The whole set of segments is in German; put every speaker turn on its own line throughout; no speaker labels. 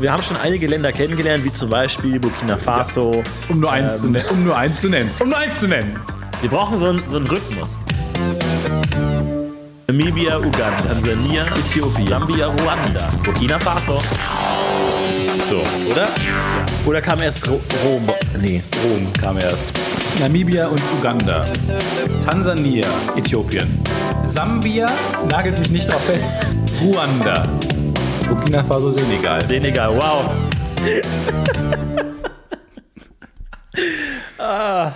wir haben schon einige Länder kennengelernt, wie zum Beispiel Burkina Faso.
Um nur eins zu nennen. Um nur eins zu nennen. Um nur eins zu nennen.
Wir brauchen so einen, so einen Rhythmus. Namibia, Uganda, Tansania, Äthiopien, Sambia, Ruanda, Burkina Faso. So, oder? Oder kam erst Ro Rom? Nee.
Rom kam erst.
Namibia und Uganda. Tansania, Äthiopien. Sambia, nagelt mich nicht drauf fest. Ruanda. Burkina Faso, Senegal.
Senegal, wow.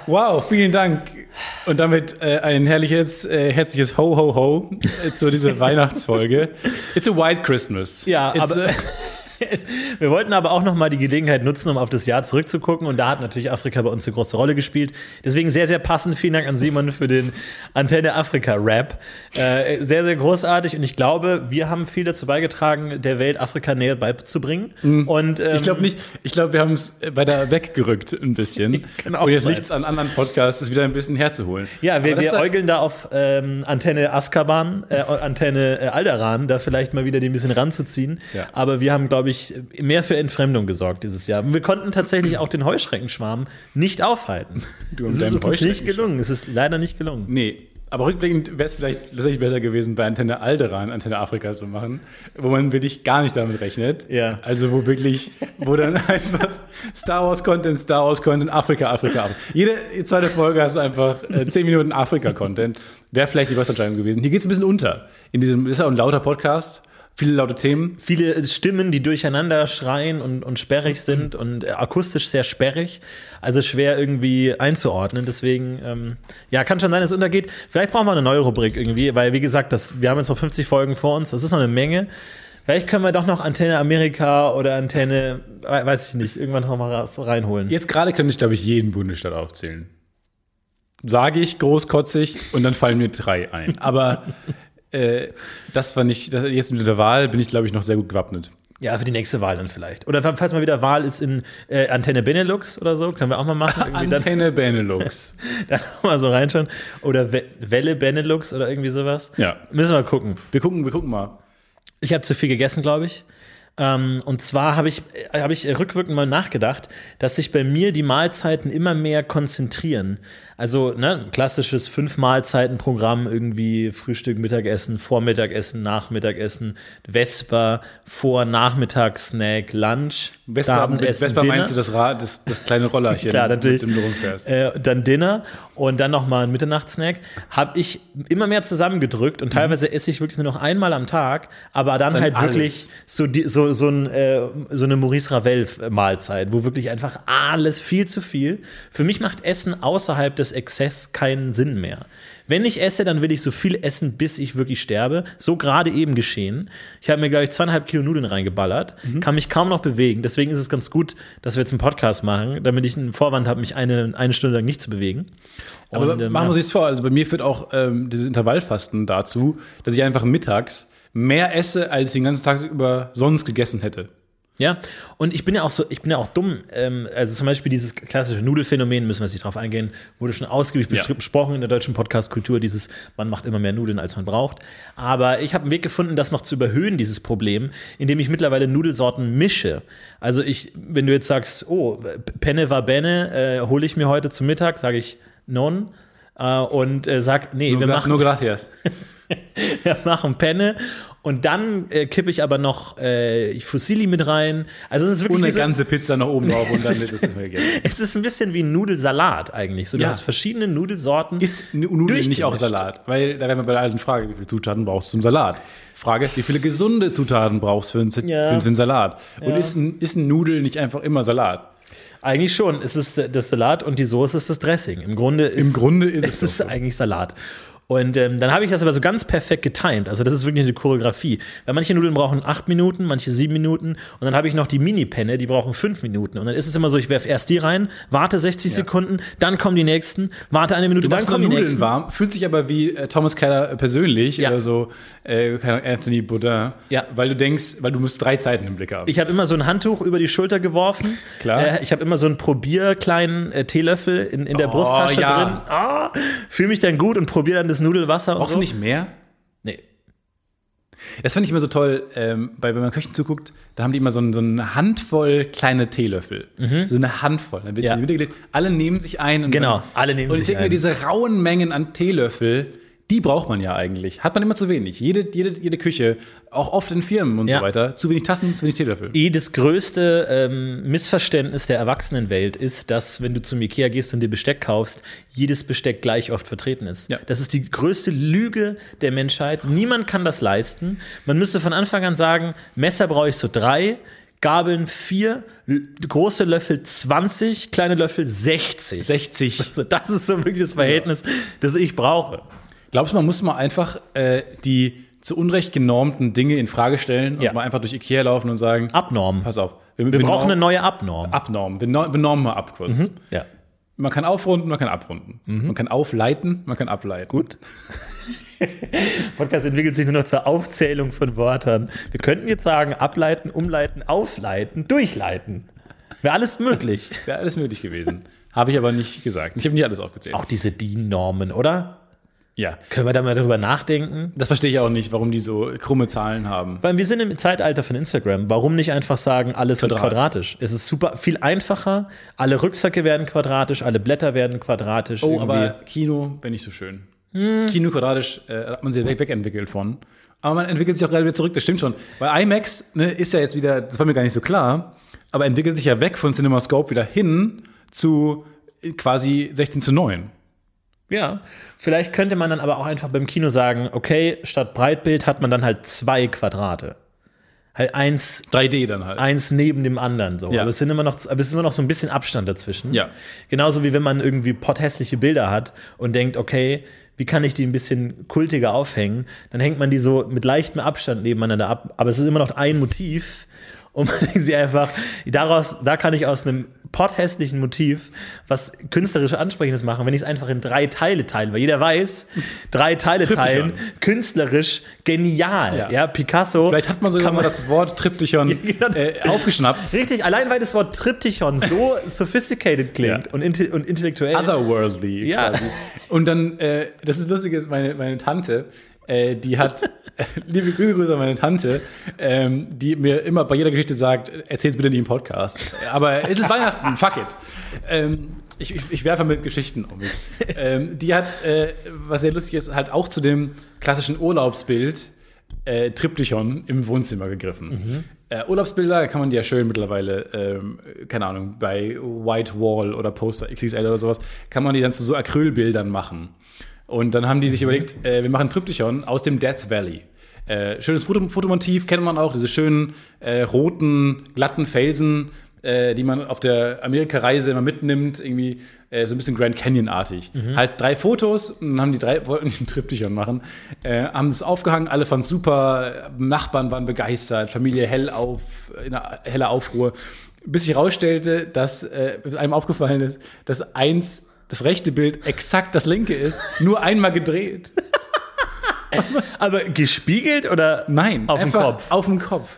Wow, vielen Dank. Und damit äh, ein herrliches, äh, herzliches Ho, Ho, Ho äh, zu dieser Weihnachtsfolge. It's a white Christmas.
Ja,
It's
aber-
a-
äh, Wir wollten aber auch nochmal die Gelegenheit nutzen, um auf das Jahr zurückzugucken. Und da hat natürlich Afrika bei uns eine große Rolle gespielt. Deswegen sehr, sehr passend. Vielen Dank an Simon für den Antenne Afrika-Rap. Äh, sehr, sehr großartig. Und ich glaube, wir haben viel dazu beigetragen, der Welt Afrika näher beizubringen. Und, ähm,
ich glaube nicht, ich glaube, wir haben es bei der weggerückt ein bisschen.
Kann auch
Und jetzt
sein.
liegt es an anderen Podcasts, es wieder ein bisschen herzuholen.
Ja, wir,
Aber
wir
das ist-
äugeln da auf ähm, Antenne Azkaban, äh, Antenne äh, Alderan, da vielleicht mal wieder den ein bisschen ranzuziehen.
Ja.
Aber wir haben, glaube ich, mehr für Entfremdung gesorgt dieses Jahr. Wir konnten tatsächlich auch den Heuschreckenschwarm nicht aufhalten.
Du und
es
deinem
ist uns nicht
Heuschreckenschwarm.
gelungen. Es ist leider nicht gelungen.
Nee. Aber rückblickend wäre es vielleicht tatsächlich besser gewesen, bei Antenne Alderan Antenne Afrika zu machen, wo man wirklich gar nicht damit rechnet.
Ja.
Also wo wirklich, wo dann einfach Star Wars Content, Star Wars Content, Afrika, Afrika, Afrika. Jede zweite Folge hast du einfach äh, 10 Minuten Afrika Content. Wäre vielleicht die beste Entscheidung gewesen. Hier geht es ein bisschen unter. In diesem ist ja auch ein lauter Podcast, viele laute Themen.
Viele Stimmen, die durcheinander schreien und, und sperrig sind und äh, akustisch sehr sperrig. Also schwer irgendwie einzuordnen. Deswegen, ähm, ja, kann schon sein, dass es untergeht. Vielleicht brauchen wir eine neue Rubrik irgendwie, weil, wie gesagt, das, wir haben jetzt noch 50 Folgen vor uns. Das ist noch eine Menge. Vielleicht können wir doch noch Antenne Amerika oder Antenne, we- weiß ich nicht, irgendwann noch mal raus- reinholen.
Jetzt gerade könnte ich, glaube ich, jeden Bundesstaat aufzählen. Sage ich großkotzig und dann fallen mir drei ein. Aber äh, das war nicht, das, jetzt mit der Wahl bin ich, glaube ich, noch sehr gut gewappnet.
Ja, für die nächste Wahl dann vielleicht. Oder falls mal wieder Wahl ist in äh, Antenne Benelux oder so, können wir auch mal machen. Irgendwie dann,
Antenne Benelux.
dann mal so reinschauen. Oder We Welle Benelux oder irgendwie sowas.
Ja.
Müssen wir gucken.
Wir gucken, wir gucken mal.
Ich habe zu viel gegessen, glaube ich. Ähm, und zwar habe ich, äh, hab ich rückwirkend mal nachgedacht, dass sich bei mir die Mahlzeiten immer mehr konzentrieren. Also ne, ein klassisches Fünf-Mahlzeiten-Programm, irgendwie Frühstück, Mittagessen, Vormittagessen, Nachmittagessen, Vesper, Vor-, Nachmittagssnack, Lunch,
Vespa, mit
Abendessen,
Vespa
Dinner.
meinst du das Rad, das, das kleine Rollerchen,
Klar, natürlich.
mit dem du rumfährst?
Äh, dann Dinner und dann nochmal ein Mitternachtssnack. Habe ich immer mehr zusammengedrückt und
Mhm.
teilweise esse ich wirklich nur noch einmal am Tag, aber dann, halt
alles.
wirklich so, die, so, so, ein, äh, so eine Maurice Ravel-Mahlzeit, wo wirklich einfach alles viel zu viel. Für mich macht Essen außerhalb des Exzess keinen Sinn mehr. Wenn ich esse, dann will ich so viel essen, bis ich wirklich sterbe. So gerade eben geschehen. Ich habe mir, glaube ich, zweieinhalb Kilo Nudeln reingeballert,
Mhm.
kann mich kaum noch bewegen. Deswegen ist es ganz gut, dass wir jetzt einen Podcast machen, damit ich einen Vorwand habe, mich eine, eine Stunde lang nicht zu bewegen.
Aber
Und, ähm,
machen wir
ja.
uns nichts vor. Also bei mir führt auch ähm, dieses Intervallfasten dazu, dass ich einfach mittags mehr esse, als ich den ganzen Tag über sonst gegessen hätte.
Ja, und ich bin ja auch so, ich bin ja auch dumm. Ähm, also zum Beispiel dieses klassische Nudelphänomen, müssen wir jetzt nicht drauf eingehen, wurde schon ausgiebig
Ja.
bestri- besprochen in der deutschen Podcast-Kultur, dieses, man macht immer mehr Nudeln, als man braucht. Aber ich habe einen Weg gefunden, das noch zu überhöhen, dieses Problem, indem ich mittlerweile Nudelsorten mische. Also ich, wenn du jetzt sagst, oh, Penne va bene, äh, hole ich mir heute zum Mittag, sage ich non. Äh, und äh, sag, nee, wir
gra-
machen
nur gracias.
wir machen Penne und dann äh, kippe ich aber noch äh, Fusilli mit rein. Also es ist wirklich
Und
wie
eine
so,
ganze Pizza noch oben drauf und dann
Es
ist es nicht mehr gegessen.
es ist ein bisschen wie ein Nudelsalat eigentlich. So, du
Ja.
hast verschiedene Nudelsorten.
Ist eine Nudeln nicht auch
Durchgemischt.
Salat? Weil da wären wir bei der alten Frage, wie viele Zutaten brauchst du zum Salat? Frage, wie viele gesunde Zutaten brauchst du für einen, Z-
Ja.
für einen Salat? Und ist, ein, ist ein Nudel nicht einfach immer Salat?
eigentlich schon. Es ist äh, das Salat und die Soße ist das Dressing. Im Grunde ist,
Im Grunde ist es
es
doch
ist
so.
eigentlich Salat. Und ähm, dann habe ich das aber so ganz perfekt getimed. Also das ist wirklich eine Choreografie. Weil manche Nudeln brauchen acht Minuten, manche sieben Minuten. Und dann habe ich noch die Mini-Penne, die brauchen fünf Minuten. Und dann ist es immer so, ich werfe erst die rein, warte 60 Sekunden, dann kommen die nächsten, warte eine Minute,
Du
dann
machst
kommen die
Nudeln
nächsten.
warm, fühlt sich aber wie äh, Thomas Keller äh, persönlich
Ja.
oder so äh, keine Ahnung, Anthony Bourdain,
Ja.
weil du denkst, weil du musst drei Zeiten im Blick haben.
Ich habe immer so ein Handtuch über die Schulter geworfen.
Klar.
Äh, ich habe immer so einen Probierkleinen äh, Teelöffel in, in der
Oh,
Brusttasche
ja.
drin. Ah, Fühle mich dann gut und probiere dann das Nudelwasser. Und
brauchst
so.
du nicht mehr?
Nee.
Das finde ich immer so toll, ähm, weil wenn man Köchen zuguckt, da haben die immer so, ein, so eine Handvoll kleine Teelöffel. So eine Handvoll. Dann wird
Mhm. Ja.
sie in die Mitte gelegt. Alle nehmen sich einen. und
Genau,
dann,
alle nehmen
und
sich
ich denke mir,
einen.
diese rauen Mengen an Teelöffel, die braucht man ja eigentlich. Hat man immer zu wenig. Jede, jede, jede Küche, auch oft in Firmen und
Ja.
so weiter, zu wenig Tassen, zu wenig Teelöffel.
Eh, das größte ähm, Missverständnis der Erwachsenenwelt ist, dass, wenn du zum Ikea gehst und dir Besteck kaufst, jedes Besteck gleich oft vertreten ist.
Ja.
Das ist die größte Lüge der Menschheit. Niemand kann das leisten. Man müsste von Anfang an sagen, Messer brauche ich so drei, Gabeln vier, L- große Löffel 20, kleine Löffel 60.
60.
Also das ist so wirklich das Verhältnis, das ich brauche.
Glaubst du, man muss mal einfach äh, die zu Unrecht genormten Dinge in Frage stellen und
Ja.
mal einfach durch Ikea laufen und sagen,
Abnorm.
pass auf,
Wir brauchen Mhm. eine neue Abnorm.
Abnorm. Wir, nor- wir normen mal ab kurz.
Ja.
Man kann aufrunden, man kann abrunden. Man kann aufleiten, man kann ableiten. Gut.
Podcast entwickelt sich nur noch zur Aufzählung von Wörtern. Wir könnten jetzt sagen, ableiten, umleiten, aufleiten, durchleiten. Wäre alles möglich.
Wäre alles möglich gewesen. habe ich aber nicht gesagt. Ich habe nicht alles aufgezählt.
Auch diese DIN-Normen, oder?
ja.
Können wir da mal drüber nachdenken?
Das verstehe ich auch nicht, warum die so krumme Zahlen haben.
Weil wir sind im Zeitalter von Instagram. Warum nicht einfach sagen, alles wird
Quadrat.
quadratisch? Es ist super viel einfacher. Alle Rucksäcke werden quadratisch, alle Blätter werden quadratisch.
Oh,
irgendwie.
aber Kino wäre nicht so schön. Kino quadratisch äh, hat man sich weg, wegentwickelt von. Aber man entwickelt sich auch gerade wieder zurück, das stimmt schon. Weil IMAX ne, ist ja jetzt wieder, das war mir gar nicht so klar, aber entwickelt sich ja weg von CinemaScope wieder hin zu äh, quasi 16 zu 9.
Ja, vielleicht könnte man dann aber auch einfach beim Kino sagen, okay, statt Breitbild hat man dann halt zwei Quadrate. Halt eins,
3D dann halt.
eins neben dem anderen so.
Ja.
Aber, es sind immer noch, aber es ist immer noch so ein bisschen Abstand dazwischen.
Ja.
Genauso wie wenn man irgendwie potthässliche Bilder hat und denkt, okay, wie kann ich die ein bisschen kultiger aufhängen? Dann hängt man die so mit leichtem Abstand nebeneinander ab, aber es ist immer noch ein Motiv. Und man denkt sie einfach, daraus, da kann ich aus einem potthässlichen Motiv was künstlerisch Ansprechendes machen, wenn ich es einfach in drei Teile teile. Weil jeder weiß, drei Teile
Triptychon.
teilen, künstlerisch genial. Ja,
Ja.
Picasso.
Vielleicht hat man sogar
kann
mal das Wort Triptychon
genau, das-
äh, aufgeschnappt.
Richtig, allein weil das Wort Triptychon so sophisticated klingt
Ja.
und, inte und intellektuell.
Otherworldly.
Ja.
Quasi. Und dann, äh, das ist lustig, ist meine, meine Tante, äh, die hat, liebe Grüße an meine Tante, ähm, die mir immer bei jeder Geschichte sagt, erzähl's bitte nicht im Podcast. Aber es ist Weihnachten, fuck it. Ähm, ich, ich, ich werfe mit Geschichten um mich. Ähm, die hat, äh, was sehr lustig ist, halt auch zu dem klassischen Urlaubsbild äh, Triptychon im Wohnzimmer gegriffen. Äh, Urlaubsbilder kann man die ja schön mittlerweile, ähm, keine Ahnung, bei White Wall oder Poster XXL oder sowas, kann man die dann zu so Acrylbildern machen. Und dann haben die sich überlegt, äh, wir machen Triptychon aus dem Death Valley. Äh, schönes Foto- Fotomotiv kennt man auch, diese schönen äh, roten, glatten Felsen, äh, die man auf der Amerika-Reise immer mitnimmt, irgendwie äh, so ein bisschen Grand Canyon-artig. Halt drei Fotos und dann haben die drei, wollten den Triptychon machen, äh, haben das aufgehangen, alle fanden super, Nachbarn waren begeistert, Familie hell auf, in einer heller Aufruhr. Bis ich herausstellte, dass äh, bis einem aufgefallen ist, dass eins, das rechte Bild exakt das linke ist, nur einmal gedreht.
Aber gespiegelt oder
Nein,
auf dem
einfach
Kopf?
Auf dem Kopf.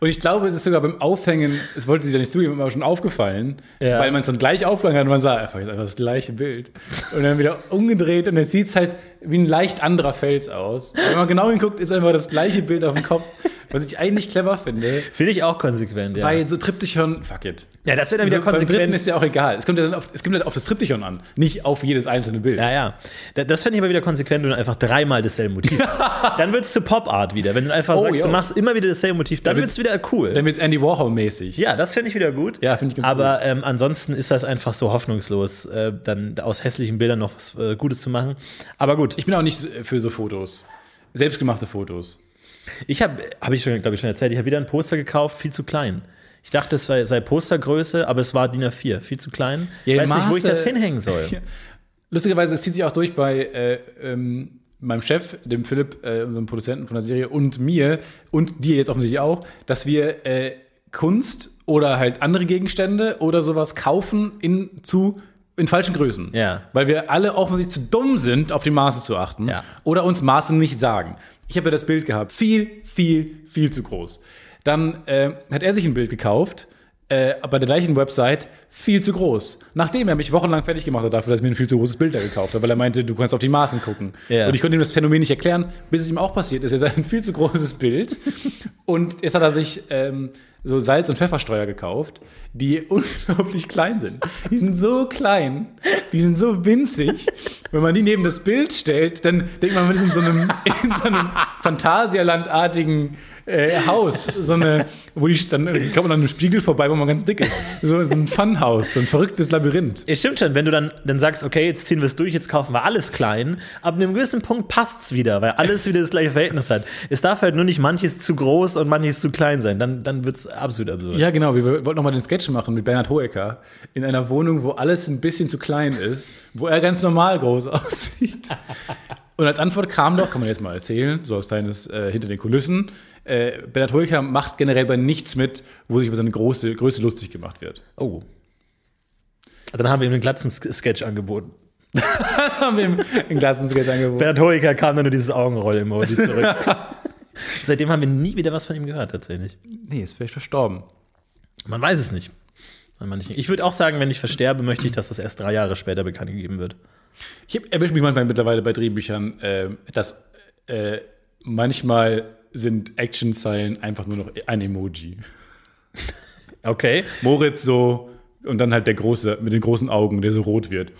Und ich glaube, es ist sogar beim Aufhängen, es wollte sie ja nicht zugeben, aber schon aufgefallen,
Ja.
weil man es dann gleich aufgehangen hat und man sah einfach, ist einfach das gleiche Bild. Und dann wieder umgedreht und jetzt sieht es halt wie ein leicht anderer Fels aus. Wenn man genau hinguckt, ist einfach das gleiche Bild auf dem Kopf, was ich eigentlich clever finde,
Finde ich auch konsequent, ja.
weil so Triptychon, fuck it.
ja, das wird dann wieder
So, beim dritten
konsequent.
ist ja auch egal. Es kommt ja dann auf, es kommt halt auf das Triptychon an, nicht auf jedes einzelne Bild.
Ja, ja. Da- Das fände ich aber wieder konsequent, wenn du einfach dreimal dasselbe Motiv hast. Dann wird es zu Pop-Art wieder. Wenn du einfach
Oh,
sagst, du
ja.
machst immer wieder dasselbe Motiv, dann wird es
wird's-
wieder cool.
Dann wird es Andy Warhol-mäßig.
ja, das finde ich wieder gut.
Ja, finde ich ganz
Aber ähm, ansonsten ist das einfach so hoffnungslos, äh, dann aus hässlichen Bildern noch was äh, Gutes zu machen. Aber gut,
Ich bin auch nicht für so Fotos. Selbstgemachte Fotos.
Ich habe, habe ich schon, glaube ich, schon erzählt, ich habe wieder ein Poster gekauft, viel zu klein. Ich dachte, es sei, sei Postergröße, aber es war DIN A4, viel zu klein. Ich
Ja,
Weiß nicht, wo ich
Maße-
das hinhängen soll.
Lustigerweise, es zieht sich auch durch bei äh, ähm, meinem Chef, dem Philipp, äh, unserem Produzenten von der Serie, und mir und dir jetzt offensichtlich auch, dass wir äh, Kunst oder halt andere Gegenstände oder sowas kaufen in zu in falschen Größen.
Ja.
Weil wir alle offensichtlich zu dumm sind, auf die Maße zu achten
Ja.
oder uns Maße nicht sagen. Ich habe ja das Bild gehabt. Viel, viel, viel zu groß. Dann äh, hat er sich ein Bild gekauft. äh, äh, bei der gleichen Website viel zu groß. Nachdem er mich wochenlang fertig gemacht hat dafür, dass ich mir ein viel zu großes Bild da gekauft habe, weil er meinte, du kannst auf die Maßen gucken.
Ja.
Und ich konnte ihm das Phänomen nicht erklären, bis es ihm auch passiert ist. Er hat ein viel zu großes Bild und jetzt hat er sich ähm, so Salz- und Pfeffersteuer gekauft, die unglaublich klein sind. Die sind so klein, die sind so winzig. Wenn man die neben das Bild stellt, dann denkt man, man ist in so einem, in so einem Phantasialandartigen äh, Haus, so eine, wo die dann äh, kommt man an einem Spiegel vorbei, wo man ganz dick ist. So, so ein Funhaus, so ein verrücktes Labyrinth.
Es stimmt schon, wenn du dann, dann sagst, okay, jetzt ziehen wir es durch, jetzt kaufen wir alles klein, ab einem gewissen Punkt passt es wieder, weil alles wieder das gleiche Verhältnis hat. Es darf halt nur nicht manches zu groß und manches zu klein sein, dann, dann wird es absolut absurd.
Ja, genau. Wir wollten nochmal den Sketch machen mit Bernhard Hoeker in einer Wohnung, wo alles ein bisschen zu klein ist, wo er ganz normal groß aussieht. Und als Antwort kam doch, kann man jetzt mal erzählen, so aus kleines äh, hinter den Kulissen, äh, Bernhard Hoeker macht generell bei nichts mit, wo sich über seine große Größe lustig gemacht wird.
Oh. Dann haben wir ihm den Glatzen-Sketch angeboten.
Haben wir ihm einen glatzen Sketch angeboten.
Bernhard Hoeker kam dann nur dieses Augenroll-Emoji zurück. Seitdem haben wir nie wieder was von ihm gehört, tatsächlich.
Nee, ist vielleicht verstorben.
Man weiß es nicht. Bei manchen- Ich würde auch sagen, wenn ich versterbe, möchte ich, dass das erst drei Jahre später bekannt gegeben wird.
Ich hab- erwische mich manchmal mittlerweile bei Drehbüchern, ähm, dass äh, manchmal sind Action-Zeilen einfach nur noch ein Emoji.
Okay.
Moritz so und dann halt der große mit den großen Augen, der so rot wird.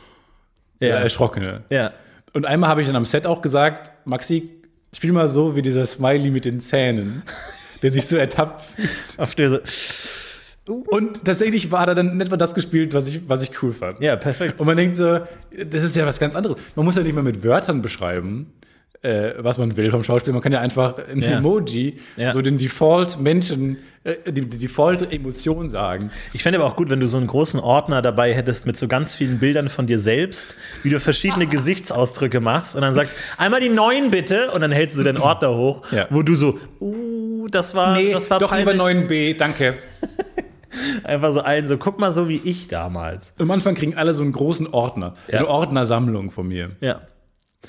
Der
Ja.
erschrockene.
Ja.
Und einmal habe ich dann am Set auch gesagt, Maxi, spiel mal so wie dieser Smiley mit den Zähnen, der sich so ertappt. fühlt.
Auf diese.
Und tatsächlich war da dann etwa das gespielt, was ich, was ich cool fand.
Ja, perfekt.
Und man denkt so, das ist ja was ganz anderes. Man muss ja nicht mal mit Wörtern beschreiben, äh, was man will vom Schauspiel. Man kann ja einfach ein
Ja.
Emoji,
Ja.
so den Default-Menschen, äh, die, die Default-Emotion sagen.
Ich fände aber auch gut, wenn du so einen großen Ordner dabei hättest mit so ganz vielen Bildern von dir selbst, wie du verschiedene Gesichtsausdrücke machst und dann sagst, einmal die neuen bitte und dann hältst du den Ordner hoch,
Ja.
wo du so, uh, das war, das war
doch
peinlich.
lieber 9b, danke.
Einfach so allen so, guck mal so wie ich damals.
Am Anfang kriegen alle so einen großen Ordner,
Ja.
eine Ordnersammlung von mir.
Ja.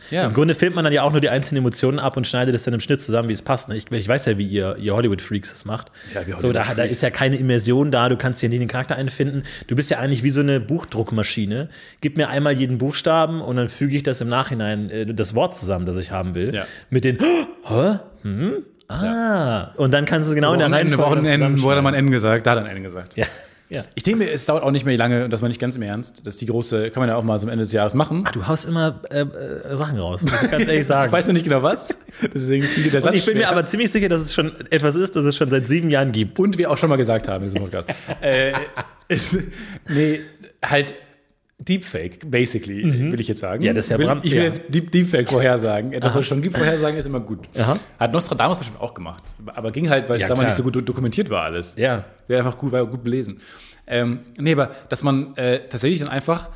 Ja.
Im Grunde filmt man dann ja auch nur die einzelnen Emotionen ab und schneidet es dann im Schnitt zusammen, wie es passt. ne? Ich, ich weiß ja, wie ihr, ihr Hollywood-Freaks das macht.
Ja, wir
so, da, da
Hollywood-Freaks.
ist ja keine Immersion da, du kannst hier nie den Charakter einfinden. Du bist ja eigentlich wie so eine Buchdruckmaschine. Gib mir einmal jeden Buchstaben und dann füge ich das im Nachhinein, äh, das Wort zusammen, das ich haben will.
Ja.
Mit den, hä? Hm? Ah. Und dann kannst du es genau in der
Wochenende,
Reihenfolge dann
Wochenende, wo hat
zusammenschneiden.
man N gesagt? Da hat er ein N gesagt.
Ja. ja.
Ich denke mir, es dauert auch nicht mehr lange, und das meine ich ganz im Ernst. Das ist die große, kann man ja auch mal zum Ende des Jahres machen.
Du haust immer äh, äh, Sachen raus, muss ich ganz ehrlich sagen.
Ich weiß noch nicht genau was. Deswegen fiel dir der
und
Satz
ich bin mir
schwer.
aber ziemlich sicher, dass es schon etwas ist, das es schon seit sieben Jahren gibt.
und wir auch schon mal gesagt haben in diesem Podcast. äh, es- nee, halt Deepfake, basically, will ich jetzt sagen.
Mhm. Ja, das ist ja
ich will,
Brand-
ich will
ja.
jetzt Deep, Deepfake vorhersagen. Etwas, was es schon gibt, vorhersagen ist immer gut.
Aha.
Hat Nostradamus bestimmt auch gemacht. Aber ging halt, weil
Ja,
es damals
klar.
nicht so gut do- dokumentiert war alles.
Ja.
Wäre einfach gut, war ja gut belesen. Ähm, nee, aber dass man äh, tatsächlich dann einfach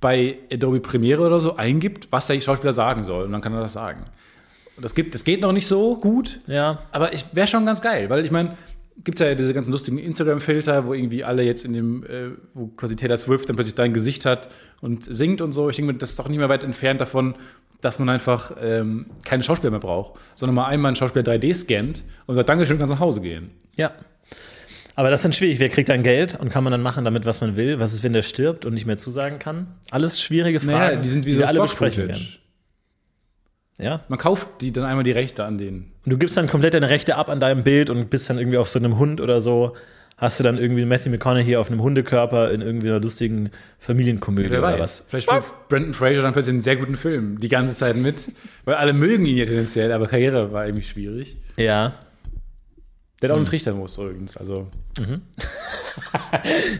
bei Adobe Premiere oder so eingibt, was der Schauspieler sagen soll. Und dann kann er das sagen. Und das, gibt, das geht noch nicht so gut.
Ja.
Aber ich wäre schon ganz geil, weil ich meine, gibt ja diese ganzen lustigen Instagram-Filter, wo irgendwie alle jetzt in dem, äh, wo quasi Taylor Swift dann plötzlich dein Gesicht hat und singt und so. Ich denke mir, das ist doch nicht mehr weit entfernt davon, dass man einfach ähm, keine Schauspieler mehr braucht, sondern mal einmal einen Schauspieler 3D scannt und sagt, Dankeschön, kannst nach Hause gehen.
Ja. Aber das ist dann schwierig. Wer kriegt dann Geld und kann man dann machen damit, was man will? Was ist, wenn der stirbt und nicht mehr zusagen kann? Alles schwierige Fragen,
Naja, die sind wie so
wir alle besprechen werden.
Stock-Footage.
Ja.
Man kauft die dann einmal die Rechte an denen.
Und du gibst dann komplett deine Rechte ab an deinem Bild und bist dann irgendwie auf so einem Hund oder so. Hast du dann irgendwie Matthew McConaughey auf einem Hundekörper in irgendwie einer lustigen Familienkomödie
Wer
oder
weiß.
was?
Vielleicht spielt Brandon Fraser dann plötzlich einen sehr guten Film die ganze Zeit mit, weil alle mögen ihn ja tendenziell, aber Karriere war irgendwie schwierig.
Ja.
Der hat auch einen
Hm.
Trichtermus übrigens. Also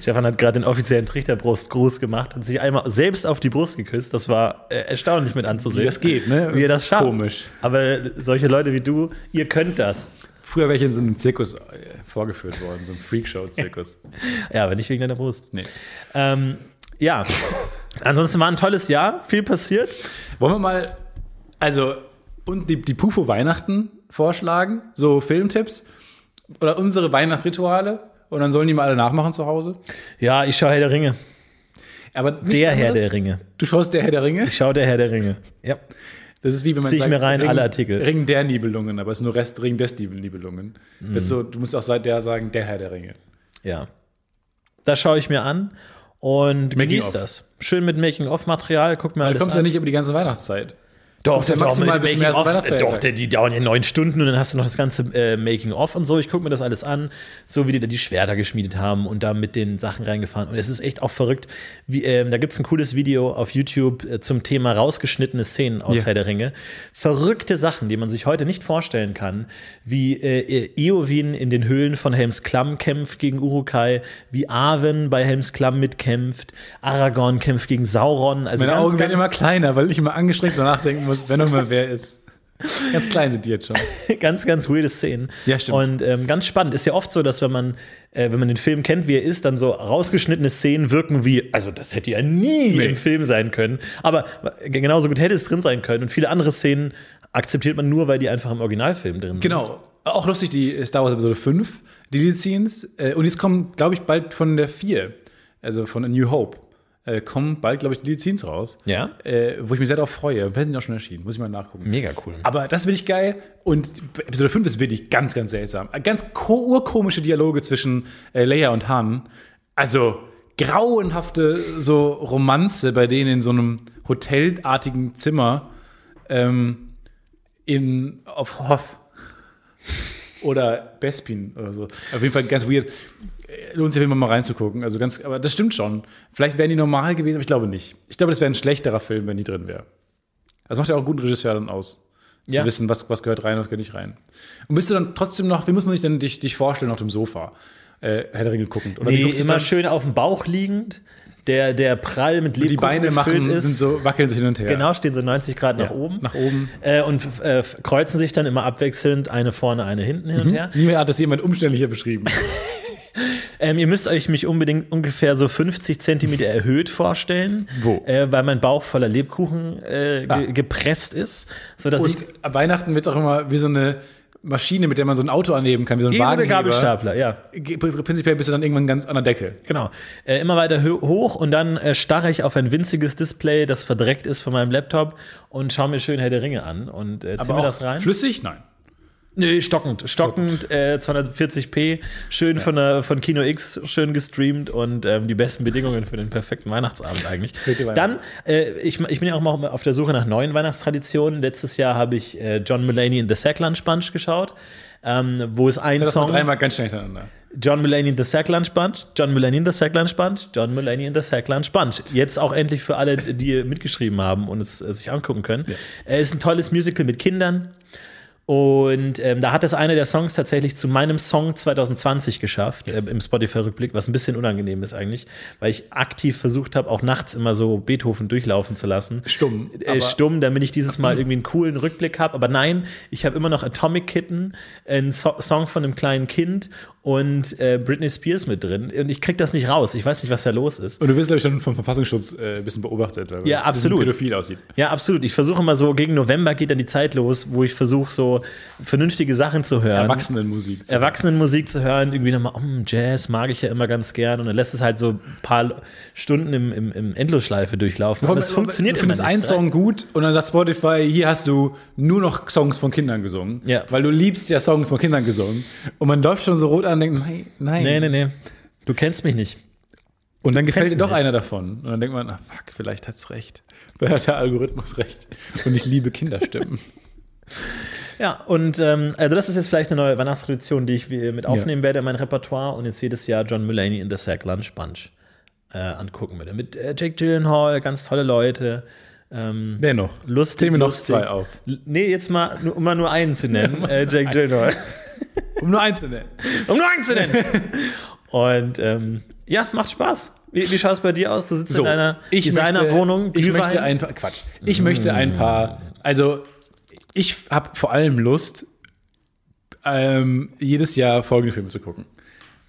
Stefan hat gerade den offiziellen Trichterbrustgruß gemacht, hat sich einmal selbst auf die Brust geküsst. Das war äh, erstaunlich mit anzusehen.
Wie das geht, ne?
Wie er das schafft.
Komisch.
Aber solche Leute wie du, ihr könnt das.
Früher wäre ich in so einem Zirkus äh, vorgeführt worden, so einem Freakshow-Zirkus.
Ja, aber nicht wegen deiner Brust.
Nee.
Ähm, ja. Ansonsten war ein tolles Jahr, viel passiert.
Wollen wir mal, also, und die, die Pufo Weihnachten vorschlagen, so Filmtipps oder unsere Weihnachtsrituale und dann sollen die mal alle nachmachen zu Hause.
Ja, ich schaue Herr der Ringe.
Aber nichts
Der Herr
anderes.
der Ringe.
Du schaust der Herr der Ringe.
Ich schaue der Herr der Ringe. Ja.
Das ist wie wenn man
Zieh ich
sagt,
mir rein,
Ring,
alle Artikel.
Ring der Nibelungen, aber es ist nur
Mhm.
Rest Ring des Nibelungen. Das ist so, du musst auch seit der sagen, der Herr der Ringe.
Ja. Das schaue ich mir an und
Making
genieße
of.
das. Schön mit Making-of-Material, guck mir alles
Du kommst
an.
ja nicht über die ganze Weihnachtszeit.
Doch,
Kommt ja
das auch
maximal
mit
bis zum
Making
ersten
of,
Weihnachtsfeiertag.
doch der, die dauern ja neun Stunden und dann hast du noch das ganze äh, Making of und so. Ich gucke mir das alles an, so wie die da die Schwerter geschmiedet haben und da mit den Sachen reingefahren. Und es ist echt auch verrückt. Wie, ähm, da gibt es ein cooles Video auf YouTube äh, zum Thema rausgeschnittene Szenen aus
Ja.
Herr der Ringe. Verrückte Sachen, die man sich heute nicht vorstellen kann, wie äh, Eowyn in den Höhlen von Helms Klamm kämpft gegen Urukai, wie Arwen bei Helms Klamm mitkämpft, Aragorn kämpft gegen Sauron. Also
Meine
ganz,
Augen werden
ganz
immer kleiner, weil ich immer angestrengt danach denken muss, wenn noch mal wer ist. Ganz klein sind die jetzt schon.
ganz, ganz weirde Szenen.
Ja, stimmt.
Und ähm, ganz spannend. Ist ja oft so, dass wenn man, äh, wenn man den Film kennt, wie er ist, dann so rausgeschnittene Szenen wirken wie, also das hätte ja nie im Film sein können. Aber g- genauso gut hätte es drin sein können. Und viele andere Szenen akzeptiert man nur, weil die einfach im Originalfilm drin sind.
Genau. Auch lustig, die äh, Star Wars Episode 5, die Lead Scenes. Äh, Und jetzt kommen, glaube ich, bald von der 4, also von A New Hope, äh, kommen bald, glaube ich, die Lead Scenes raus.
Ja.
Äh, Wo ich mich sehr darauf freue. Vielleicht sind die auch schon erschienen. Muss ich mal nachgucken.
Mega cool.
Aber das ist wirklich geil. Und Episode 5 ist wirklich ganz, ganz seltsam. Ganz ko- urkomische Dialoge zwischen äh, Leia und Han. Also grauenhafte so Romanze, bei denen in so einem hotelartigen Zimmer ähm, in, auf Hoth oder Bespin oder so. Auf jeden Fall ganz weird. Äh, Lohnt sich auf jeden Fall mal reinzugucken. Also ganz, aber das stimmt schon. Vielleicht wären die normal gewesen, aber ich glaube nicht. Ich glaube, das wäre ein schlechterer Film, wenn die drin wäre. Das macht ja auch einen guten Regisseur dann aus.
Ja.
Zu wissen, was, was gehört rein, was gehört nicht rein. Und bist du dann trotzdem noch, wie muss man sich denn dich, dich vorstellen auf dem Sofa? Äh, Herr der Ringe guckend. Oder wie
Die
guckst du
immer
dann?
schön auf dem Bauch liegend, der, der prall mit Lebkuchen
die Beine machen,
gefüllt ist.
sind so, wackeln sich hin und her.
Genau, stehen so 90 Grad nach oben.
nach oben.
Äh, und äh, f- kreuzen sich dann immer abwechselnd eine vorne, eine hinten hin und her.
Niemand hat das jemand umständlicher beschrieben.
Ähm, ihr müsst euch mich unbedingt ungefähr so 50 Zentimeter erhöht vorstellen,
Wo?
Äh, weil mein Bauch voller Lebkuchen äh,
Ah.
ge gepresst ist, sodass Also ich
Und ab Weihnachten wird es auch immer wie so eine Maschine, mit der man so ein Auto anheben kann, wie so ein
wie so
Wagen.
eine Gabelstapler, ja,
Prinzipiell bist du dann irgendwann ganz an der Decke.
genau, äh, immer weiter hö- hoch und dann äh, starre ich auf ein winziges Display, das verdreckt ist von meinem Laptop und schaue mir schön Herr der Ringe an und äh, zieh mir
auch
das rein.
Flüssig? Nein.
Nee, stockend, stockend, äh, 240p, schön von, der, von Kino X, schön gestreamt und ähm, die besten Bedingungen für den perfekten Weihnachtsabend eigentlich.
Perfekte Weihnachten.
Dann, äh, ich, ich bin ja auch mal auf der Suche nach neuen Weihnachtstraditionen. Letztes Jahr habe ich äh, John Mulaney in The Sack Lunch Bunch geschaut, ähm, wo es ein
Das war
Song,
dreimal ganz schnell hintereinander.
John Mulaney in The Sack Lunch Bunch, John Mulaney in The Sack Lunch Bunch, John Mulaney in The Sack Lunch Bunch. Jetzt auch endlich für alle, die mitgeschrieben haben und es äh, sich angucken können. Äh, ist ein tolles Musical mit Kindern. Und ähm, da hat das einer der Songs tatsächlich zu meinem Song 2020 geschafft, äh, im Spotify-Rückblick, was ein bisschen unangenehm ist eigentlich, weil ich aktiv versucht habe, auch nachts immer so Beethoven durchlaufen zu lassen.
Stumm,
Äh,
aber-
stumm, damit ich dieses Mal irgendwie einen coolen Rückblick habe. Aber nein, ich habe immer noch Atomic Kitten, einen so Song von einem kleinen Kind und äh, Britney Spears mit drin. Und ich krieg das nicht raus. Ich weiß nicht, was da los ist.
Und du wirst, glaube ich, schon vom Verfassungsschutz äh, ein bisschen beobachtet, weil
Ja,
das
absolut.
ein bisschen pädophil aussieht.
Ja, absolut. Ich versuche immer so, gegen November geht dann die Zeit los, wo ich versuche, so vernünftige Sachen zu hören.
Erwachsenenmusik. zu-
Erwachsenenmusik zu hören, irgendwie nochmal, oh, Jazz mag ich ja immer ganz gern. Und dann lässt es halt so ein paar Stunden im, im, im Endlosschleife durchlaufen. Aber es funktioniert
Du findest
immer
einen
nicht. ne?
Song gut und dann sagt Spotify, hier hast du nur noch Songs von Kindern gesungen.
Ja.
Weil du liebst ja Songs von Kindern gesungen. Und man läuft schon so rot an und denkt, nein, nein.
Nee, nee, nee. Du kennst mich nicht.
Und dann gefällt
kennst
dir
mich
doch einer davon. Und dann denkt man, ah, fuck, vielleicht hat's recht. Vielleicht hat der Algorithmus recht. Und ich liebe Kinderstimmen.
Ja, und ähm, also das ist jetzt vielleicht eine neue Weihnachtstradition, die ich wie- mit aufnehmen werde in mein Repertoire und jetzt jedes Jahr John Mulaney in The Sack Lunch Bunch äh, angucken werde. Mit äh, Jake Gyllenhaal, ganz tolle Leute. Ähm,
Dennoch.
lustig.
Zähl mir noch
lustig.
zwei auf.
L- Nee, jetzt mal, nur, um mal nur einen zu nennen. äh, Jake Gyllenhaal.
Um nur eins zu nennen.
Um nur Angst zu nennen. Und ähm, ja, macht Spaß. Wie, wie schaut es bei dir aus? Du sitzt in einer
ich möchte,
Designerwohnung,
Ich
Glühwein. Mm.
möchte ein paar, Quatsch. Ich möchte ein paar, also ich habe vor allem Lust, ähm, jedes Jahr folgende Filme zu gucken.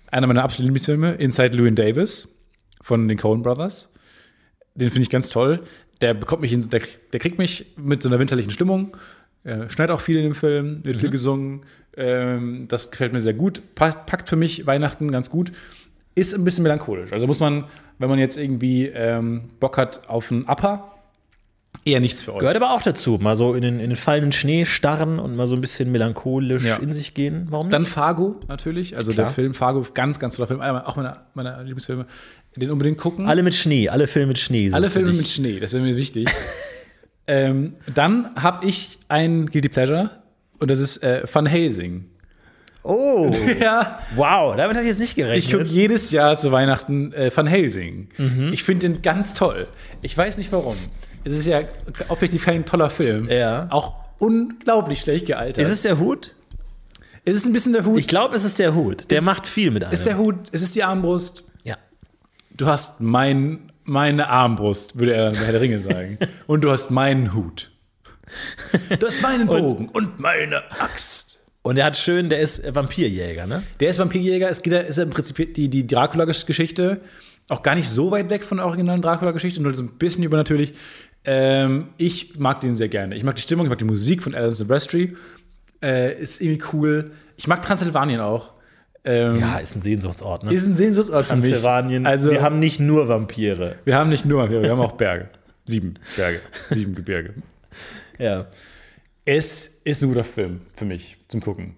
Einer meiner absoluten Lieblingsfilme, Inside Llewyn Davis von den Coen Brothers. Den finde ich ganz toll. Der bekommt mich in, der, der kriegt mich mit so einer winterlichen Stimmung. Äh, schneit auch viel in dem Film, wird
Mhm.
viel gesungen. Ähm, das gefällt mir sehr gut. Passt, packt für mich Weihnachten ganz gut. Ist ein bisschen melancholisch. Also muss man, wenn man jetzt irgendwie ähm, Bock hat auf einen Upper, Eher nichts für euch.
Gehört aber auch dazu, mal so in den, in den fallenden Schnee starren und mal so ein bisschen melancholisch
Ja.
in sich gehen. Warum nicht?
Dann Fargo natürlich, also
Klar.
der Film Fargo, ganz, ganz toller Film, einer, auch meiner, meiner Lieblingsfilme, den unbedingt gucken.
alle mit Schnee, alle Filme mit Schnee. sind
Alle
für
Filme
dich.
mit Schnee, das wäre mir wichtig. ähm, dann habe ich ein Guilty Pleasure und das ist äh, Van Helsing.
Oh,
Ja,
wow, damit habe ich jetzt Mhm. nicht gerechnet.
ich gucke jedes Jahr zu Weihnachten äh, Van Helsing. Ich finde den ganz toll. Ich weiß nicht warum. Es ist ja objektiv kein toller Film.
Ja.
Auch unglaublich schlecht gealtert.
ist es der Hut?
es ist ein bisschen der Hut.
Ich glaube, es ist der Hut. Der
Ist-
macht viel mit einem.
es ist der Hut, es ist die Armbrust.
ja.
Du hast mein, meine Armbrust, würde er bei Herr der Ringe sagen. und du hast meinen Hut. Du hast meinen Bogen und, meine Axt.
Und der hat schön, der ist äh, Vampirjäger, ne?
Der ist Vampirjäger, es geht, ja- ist ja im Prinzip die, die Dracula-Geschichte. Auch gar nicht so weit weg von der originalen Dracula-Geschichte, nur so ein bisschen übernatürlich. Ähm, ich mag den sehr gerne. Ich mag die Stimmung, ich mag die Musik von Alan Silvestri. Äh, ist irgendwie cool. Ich mag Transsilvanien auch. Ähm,
Ja, ist ein Sehnsuchtsort, ne?
Ist ein Sehnsuchtsort für mich.
Transsilvanien.
Also,
wir haben nicht nur Vampire.
Wir haben nicht nur Vampire, wir haben auch Berge. Sieben Berge, sieben Gebirge.
Ja.
Es ist ein guter Film für mich zum Gucken.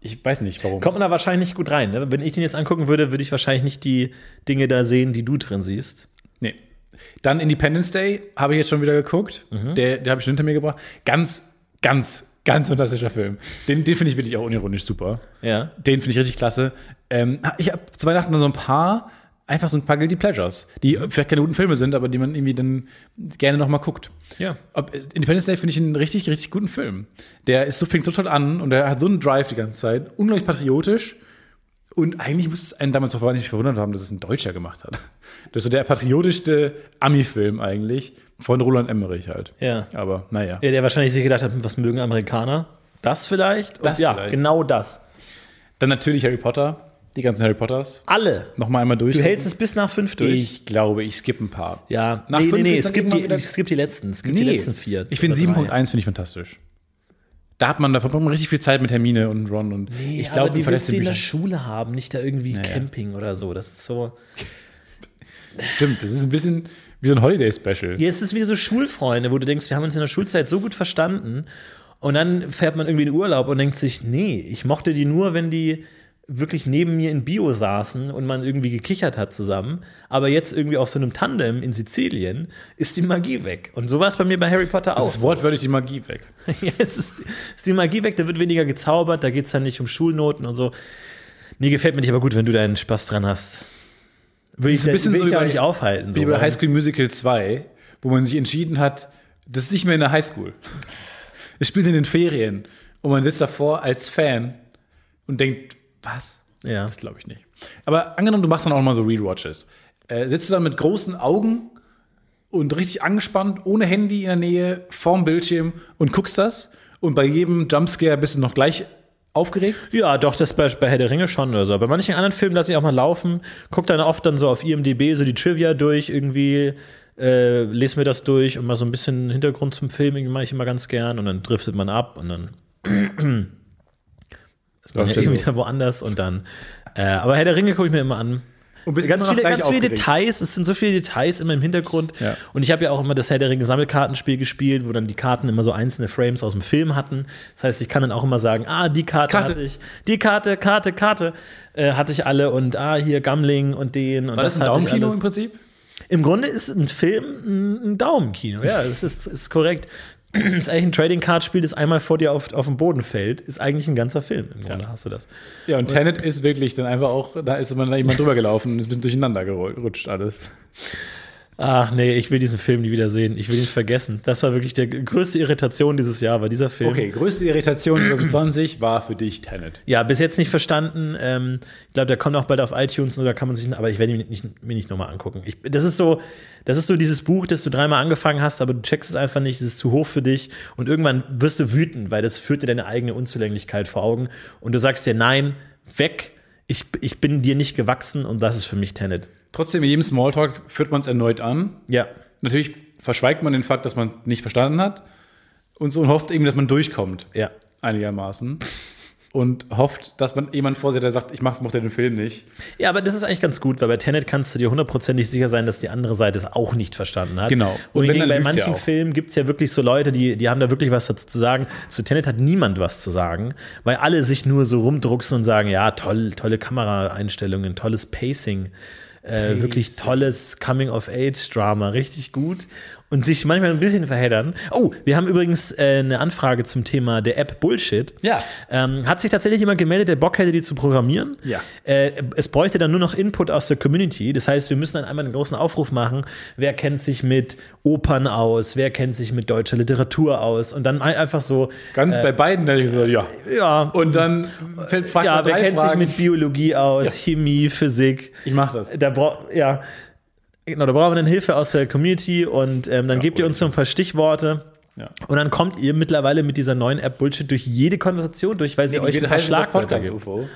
Ich weiß nicht warum.
Kommt man da wahrscheinlich nicht gut rein, ne? Wenn ich den jetzt angucken würde, würde ich wahrscheinlich nicht die Dinge da sehen, die du drin siehst.
Nee. Dann Independence Day habe ich jetzt schon wieder geguckt. Der, der habe ich schon hinter mir gebracht. Ganz, ganz, ganz fantastischer Film. Den, den finde ich wirklich auch unironisch super.
Ja.
Den finde ich richtig klasse. Ähm, ich habe zu Weihnachten noch so ein paar, einfach so ein paar Guilty Pleasures, die vielleicht keine guten Filme sind, aber die man irgendwie dann gerne nochmal guckt.
Ja.
Ob, Independence Day finde ich einen richtig, richtig guten Film. Der ist so, fängt so toll an und der hat so einen Drive die ganze Zeit, unglaublich patriotisch. Und eigentlich muss es einen damals auch nicht verwundert haben, dass es ein Deutscher gemacht hat. Das ist so der patriotischste Ami-Film eigentlich von Roland Emmerich halt.
Ja.
Aber naja.
Ja, der wahrscheinlich sich gedacht hat, hm, was mögen Amerikaner? Das vielleicht? Und
Das
ja,
vielleicht.
genau das.
Dann natürlich Harry Potter, die ganzen Harry Potters.
Alle.
Nochmal einmal durch.
Du hältst es bis nach fünf durch.
Ich glaube, ich skippe ein paar.
Ja,
Nach
nee,
fünf
nee, nee,
wird's
es
dann
gibt, die,
irgendwann wieder-
es gibt die letzten, es gibt die letzten vier.
Ich finde
oder drei.
7.1 finde ich fantastisch. Da hat man, da verbringt man richtig viel Zeit mit Hermine und Ron und
Nee,
ich
aber
glaube,
die willst
verlässt
du
den
in der
Büchern-
Schule haben, nicht da irgendwie Camping oder so. Das ist so.
Stimmt, das ist ein bisschen wie so ein Holiday-Special.
Ja, es ist wie so Schulfreunde, wo du denkst, wir haben uns in der Schulzeit so gut verstanden. Und dann fährt man irgendwie in Urlaub und denkt sich, nee, ich mochte die nur, wenn die wirklich neben mir in Bio saßen und man irgendwie gekichert hat zusammen. Aber jetzt irgendwie auf so einem Tandem in Sizilien ist die Magie weg. Und so war es bei mir bei Harry Potter auch.
Das ist wortwörtlich die Magie weg.
ja, es ist, ist die Magie weg, da wird weniger gezaubert, da geht es dann nicht um Schulnoten und so. Nee, gefällt mir nicht, aber gut, wenn du deinen Spaß dran hast. Will ich,
ist ein bisschen
will
so
ich
wie
ja auch
bei-
nicht aufhalten. So,
Wie bei
warum-
High School Musical 2, wo man sich entschieden hat, das ist nicht mehr in der Highschool. Es spielt in den Ferien und man sitzt davor als Fan und denkt, was?
Ja.
Das glaube ich nicht. Aber angenommen, du machst dann auch mal so Rewatches. Äh, sitzt du dann mit großen Augen und richtig angespannt, ohne Handy in der Nähe, vorm Bildschirm und guckst das und bei jedem Jumpscare bist du noch gleich aufgeregt?
Ja, doch, das bei, bei Herr der Ringe schon oder so. Bei manchen anderen Filmen lasse ich auch mal laufen, gucke dann oft dann so auf IMDb so die Trivia durch irgendwie, äh, lese mir das durch und mal so ein bisschen Hintergrund zum Film irgendwie mache ich immer ganz gern und dann driftet man ab und dann ist man ja
Läuft ja
eh
so.
wieder woanders und dann. Äh, aber Herr der Ringe gucke ich mir immer an.
Und bist
Ganz
immer noch
viele,
gleich
ganz viele
aufgeregt.
Details, es sind so viele Details immer im Hintergrund.
Ja.
Und ich habe ja auch immer das Herr der Ringe Sammelkartenspiel gespielt, wo dann die Karten immer so einzelne Frames aus dem Film hatten. Das heißt, ich kann dann auch immer sagen, ah, die Karte,
Karte.
hatte ich, die Karte, Karte, Karte äh, hatte ich alle und ah, hier Gambling und den und
War das ein
hatte ich
Daumenkino
alles.
im Prinzip?
Im Grunde ist ein Film ein- ein Daumenkino, ja, das ist, ist korrekt. ist eigentlich ein Trading Card Spiel, das einmal vor dir auf, auf dem Boden fällt, ist eigentlich ein ganzer Film. Im Grunde hast du das.
Ja, und Tenet ist wirklich dann einfach auch, da ist man da jemand drüber gelaufen und ist ein bisschen durcheinander gerutscht alles.
Ach nee, ich will diesen Film nie wieder sehen. Ich will ihn vergessen. Das war wirklich die größte Irritation dieses Jahr, war dieser Film.
Okay, größte Irritation 2020 war für dich Tenet.
Ja, bis jetzt nicht verstanden. Ähm, ich glaube, der kommt auch bald auf iTunes oder kann man sich, aber ich werde ihn nicht, nicht, mir nicht nochmal angucken. Ich, das ist so, das ist so dieses Buch, das du dreimal angefangen hast, aber du checkst es einfach nicht, es ist zu hoch für dich und irgendwann wirst du wütend, weil das führt dir deine eigene Unzulänglichkeit vor Augen und du sagst dir, nein, weg, ich, ich bin dir nicht gewachsen und das ist für mich Tenet.
Trotzdem, in jedem Smalltalk führt man es erneut an.
Ja.
Natürlich verschweigt man den Fakt, dass man nicht verstanden hat und so und hofft eben, dass man durchkommt.
Ja.
Einigermaßen. und hofft, dass man jemand vor sich hat, der sagt, ich mach, mochte den Film nicht.
Ja, aber das ist eigentlich ganz gut, weil bei Tenet kannst du dir hundertprozentig sicher sein, dass die andere Seite es auch nicht verstanden hat.
Genau. Und
Und,
wenn, dann
bei
lügt er
manchen
auch.
Filmen gibt es ja wirklich so Leute, die, die haben da wirklich was dazu zu sagen. Zu Tenet hat niemand was zu sagen, weil alle sich nur so rumdrucksen und sagen, ja, toll, tolle Kameraeinstellungen, tolles Pacing, Äh, wirklich tolles Coming-of-Age-Drama, richtig gut. Und sich manchmal ein bisschen verheddern. Oh, wir haben übrigens äh, eine Anfrage zum Thema der App Bullshit.
Ja.
Ähm, hat sich tatsächlich jemand gemeldet, der Bock hätte, die zu programmieren.
Ja.
Äh, es bräuchte dann nur noch Input aus der Community. Das heißt, wir müssen dann einmal einen großen Aufruf machen. Wer kennt sich mit Opern aus? Wer kennt sich mit deutscher Literatur aus? Und dann ein- einfach so,
Ganz bei beiden hätte ich gesagt, ja.
ja,
Und dann fällt fragt
ja
man
wer
drei
kennt
Fragen.
sich mit Biologie aus? Chemie, Physik?
Ich mach das.
Da bra ja. Genau, da brauchen wir dann Hilfe aus der Community und ähm, dann gebt ihr uns so ein paar Stichworte.
Ja.
Und dann kommt ihr mittlerweile mit dieser neuen App Bullshit durch jede Konversation durch, weil sie euch ein paar Schlagwörter gibt.
UFO.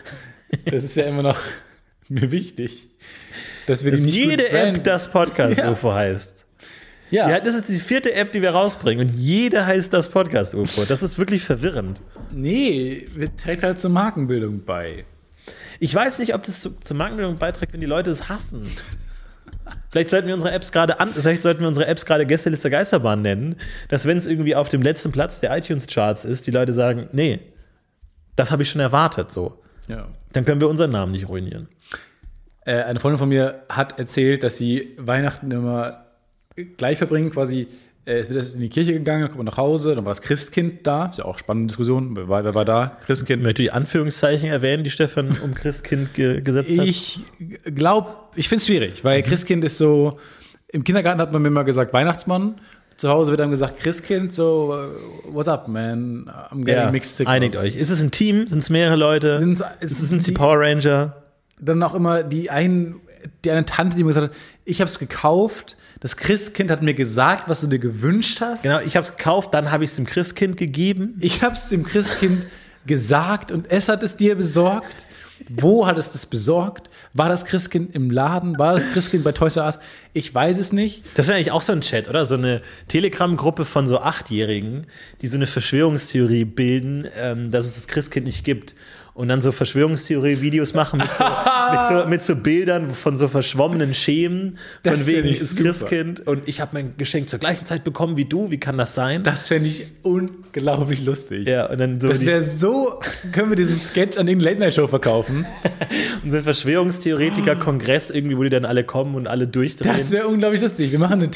Das ist ja immer noch mir wichtig, dass wir die
Dass
nicht
jede App das Podcast-UFO heißt.
ja.
Ja, das ist die vierte App, die wir rausbringen. Und jede heißt das Podcast-UFO. Das ist wirklich verwirrend.
nee, wir- trägt halt zur Markenbildung bei.
Ich weiß nicht, ob das zu, zur Markenbildung beiträgt, wenn die Leute es hassen. Vielleicht sollten wir unsere Apps gerade an, vielleicht sollten wir unsere Apps gerade Gästeliste Geisterbahn nennen, dass wenn es irgendwie auf dem letzten Platz der iTunes-Charts ist, die Leute sagen, nee, das habe ich schon erwartet so.
Ja.
Dann können wir unseren Namen nicht ruinieren.
Äh, eine Freundin von mir hat erzählt, dass sie Weihnachten immer gleich verbringen, quasi. äh, Es wird erst in die Kirche gegangen, dann kommt man nach Hause, dann war das Christkind da. Ist ja auch spannende Diskussion. Wer war, wer war da?
Ich
Christkind.
möchte die Anführungszeichen erwähnen, die Stefan um Christkind Mhm. ge gesetzt hat.
Ich glaube, ich finde es schwierig, weil Christkind ist so. Im Kindergarten hat man mir immer gesagt Weihnachtsmann. Zu Hause wird dann gesagt Christkind, so äh, what's up, man? I'm getting
ja,
mixed signals.
einigt euch. Ist es ein Team? Sind es mehrere Leute?
Sind's-
Ist
ist-
es sind die
die-
Power Ranger?
Dann auch immer die einen, die eine Tante, die mir gesagt hat, ich habe es gekauft. Das Christkind hat mir gesagt, was du dir gewünscht hast.
Genau, ich habe es gekauft, dann habe ich es dem Christkind gegeben.
Ich habe es dem Christkind gesagt und es hat es dir besorgt. Wo hat es das besorgt? War das Christkind im Laden? War das Christkind bei Toys R Us? Ich weiß es nicht.
Das wäre eigentlich auch so ein Chat, oder? So eine Telegram-Gruppe von so Achtjährigen, die so eine Verschwörungstheorie bilden, ähm, dass es das Christkind nicht gibt. Und dann so Verschwörungstheorie-Videos machen mit so, mit, so, mit so Bildern von so verschwommenen Schemen. Von
Das
wegen
find ich
ist
super.
Christkind und ich habe mein Geschenk zur gleichen Zeit bekommen wie du. Wie kann das sein?
Das fände ich unglaublich lustig.
ja, und dann so,
Das
die,
wäre so, können wir diesen Sketch an irgendeine Late-Night-Show verkaufen?
so ein Verschwörungstheoretiker-Kongress irgendwie, wo die dann alle kommen und alle durchdrehen.
Ah. Das wäre unglaublich lustig. Wir machen eine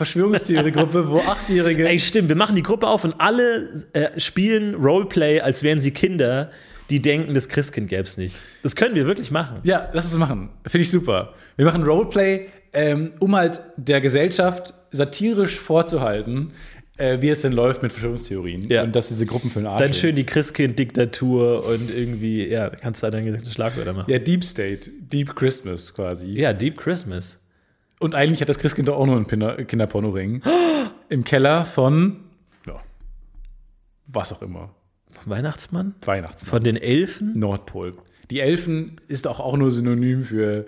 Telegram-Verschwörungstheorie-Gruppe, wo Achtjährige
Ey, stimmt, wir machen die Gruppe auf und alle äh, spielen Roleplay, als wären sie Kinder, die denken, das Christkind gäbe es nicht. Das können wir wirklich machen.
Ja, lass es machen. Finde ich super. Wir machen Roleplay, ähm, um halt der Gesellschaft satirisch vorzuhalten, äh, wie es denn läuft mit Verschwörungstheorien
Ja.
und dass diese Gruppen für den Arsch
Dann
sind.
schön die Christkind-Diktatur und irgendwie, ja, kannst du da dann Schlagwörter machen.
Ja, Deep State, Deep Christmas quasi.
Ja, Deep Christmas.
Und eigentlich hat das Christkind doch auch noch einen Pinner- Kinderpornoring im Keller von ja, was auch immer.
Vom Weihnachtsmann?
Weihnachtsmann.
Von den Elfen?
Nordpol. Die Elfen ist auch, auch nur Synonym für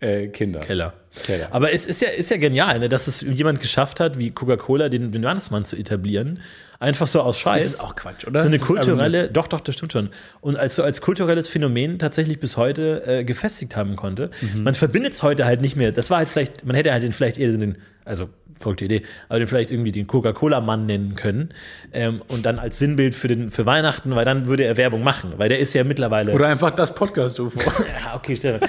äh, Kinder.
Keller.
Keller.
Aber es ist ja, ist ja genial, ne, dass es jemand geschafft hat, wie Coca-Cola, den, den Weihnachtsmann zu etablieren. Einfach so aus Scheiß.
Das ist auch Quatsch, oder?
So eine
Das ist einfach nur-
kulturelle, doch, doch, das stimmt schon. Und als so als kulturelles Phänomen tatsächlich bis heute äh, gefestigt haben konnte.
Mhm.
Man verbindet es heute halt nicht mehr. Das war halt vielleicht, man hätte halt den vielleicht eher so den, also folgte Idee, aber den vielleicht irgendwie den Coca-Cola-Mann nennen können. Ähm, und dann als Sinnbild für, den, für Weihnachten, weil dann würde er Werbung machen, weil der ist ja mittlerweile.
Oder einfach das Podcast-UFO.
Ja, okay, Stefan.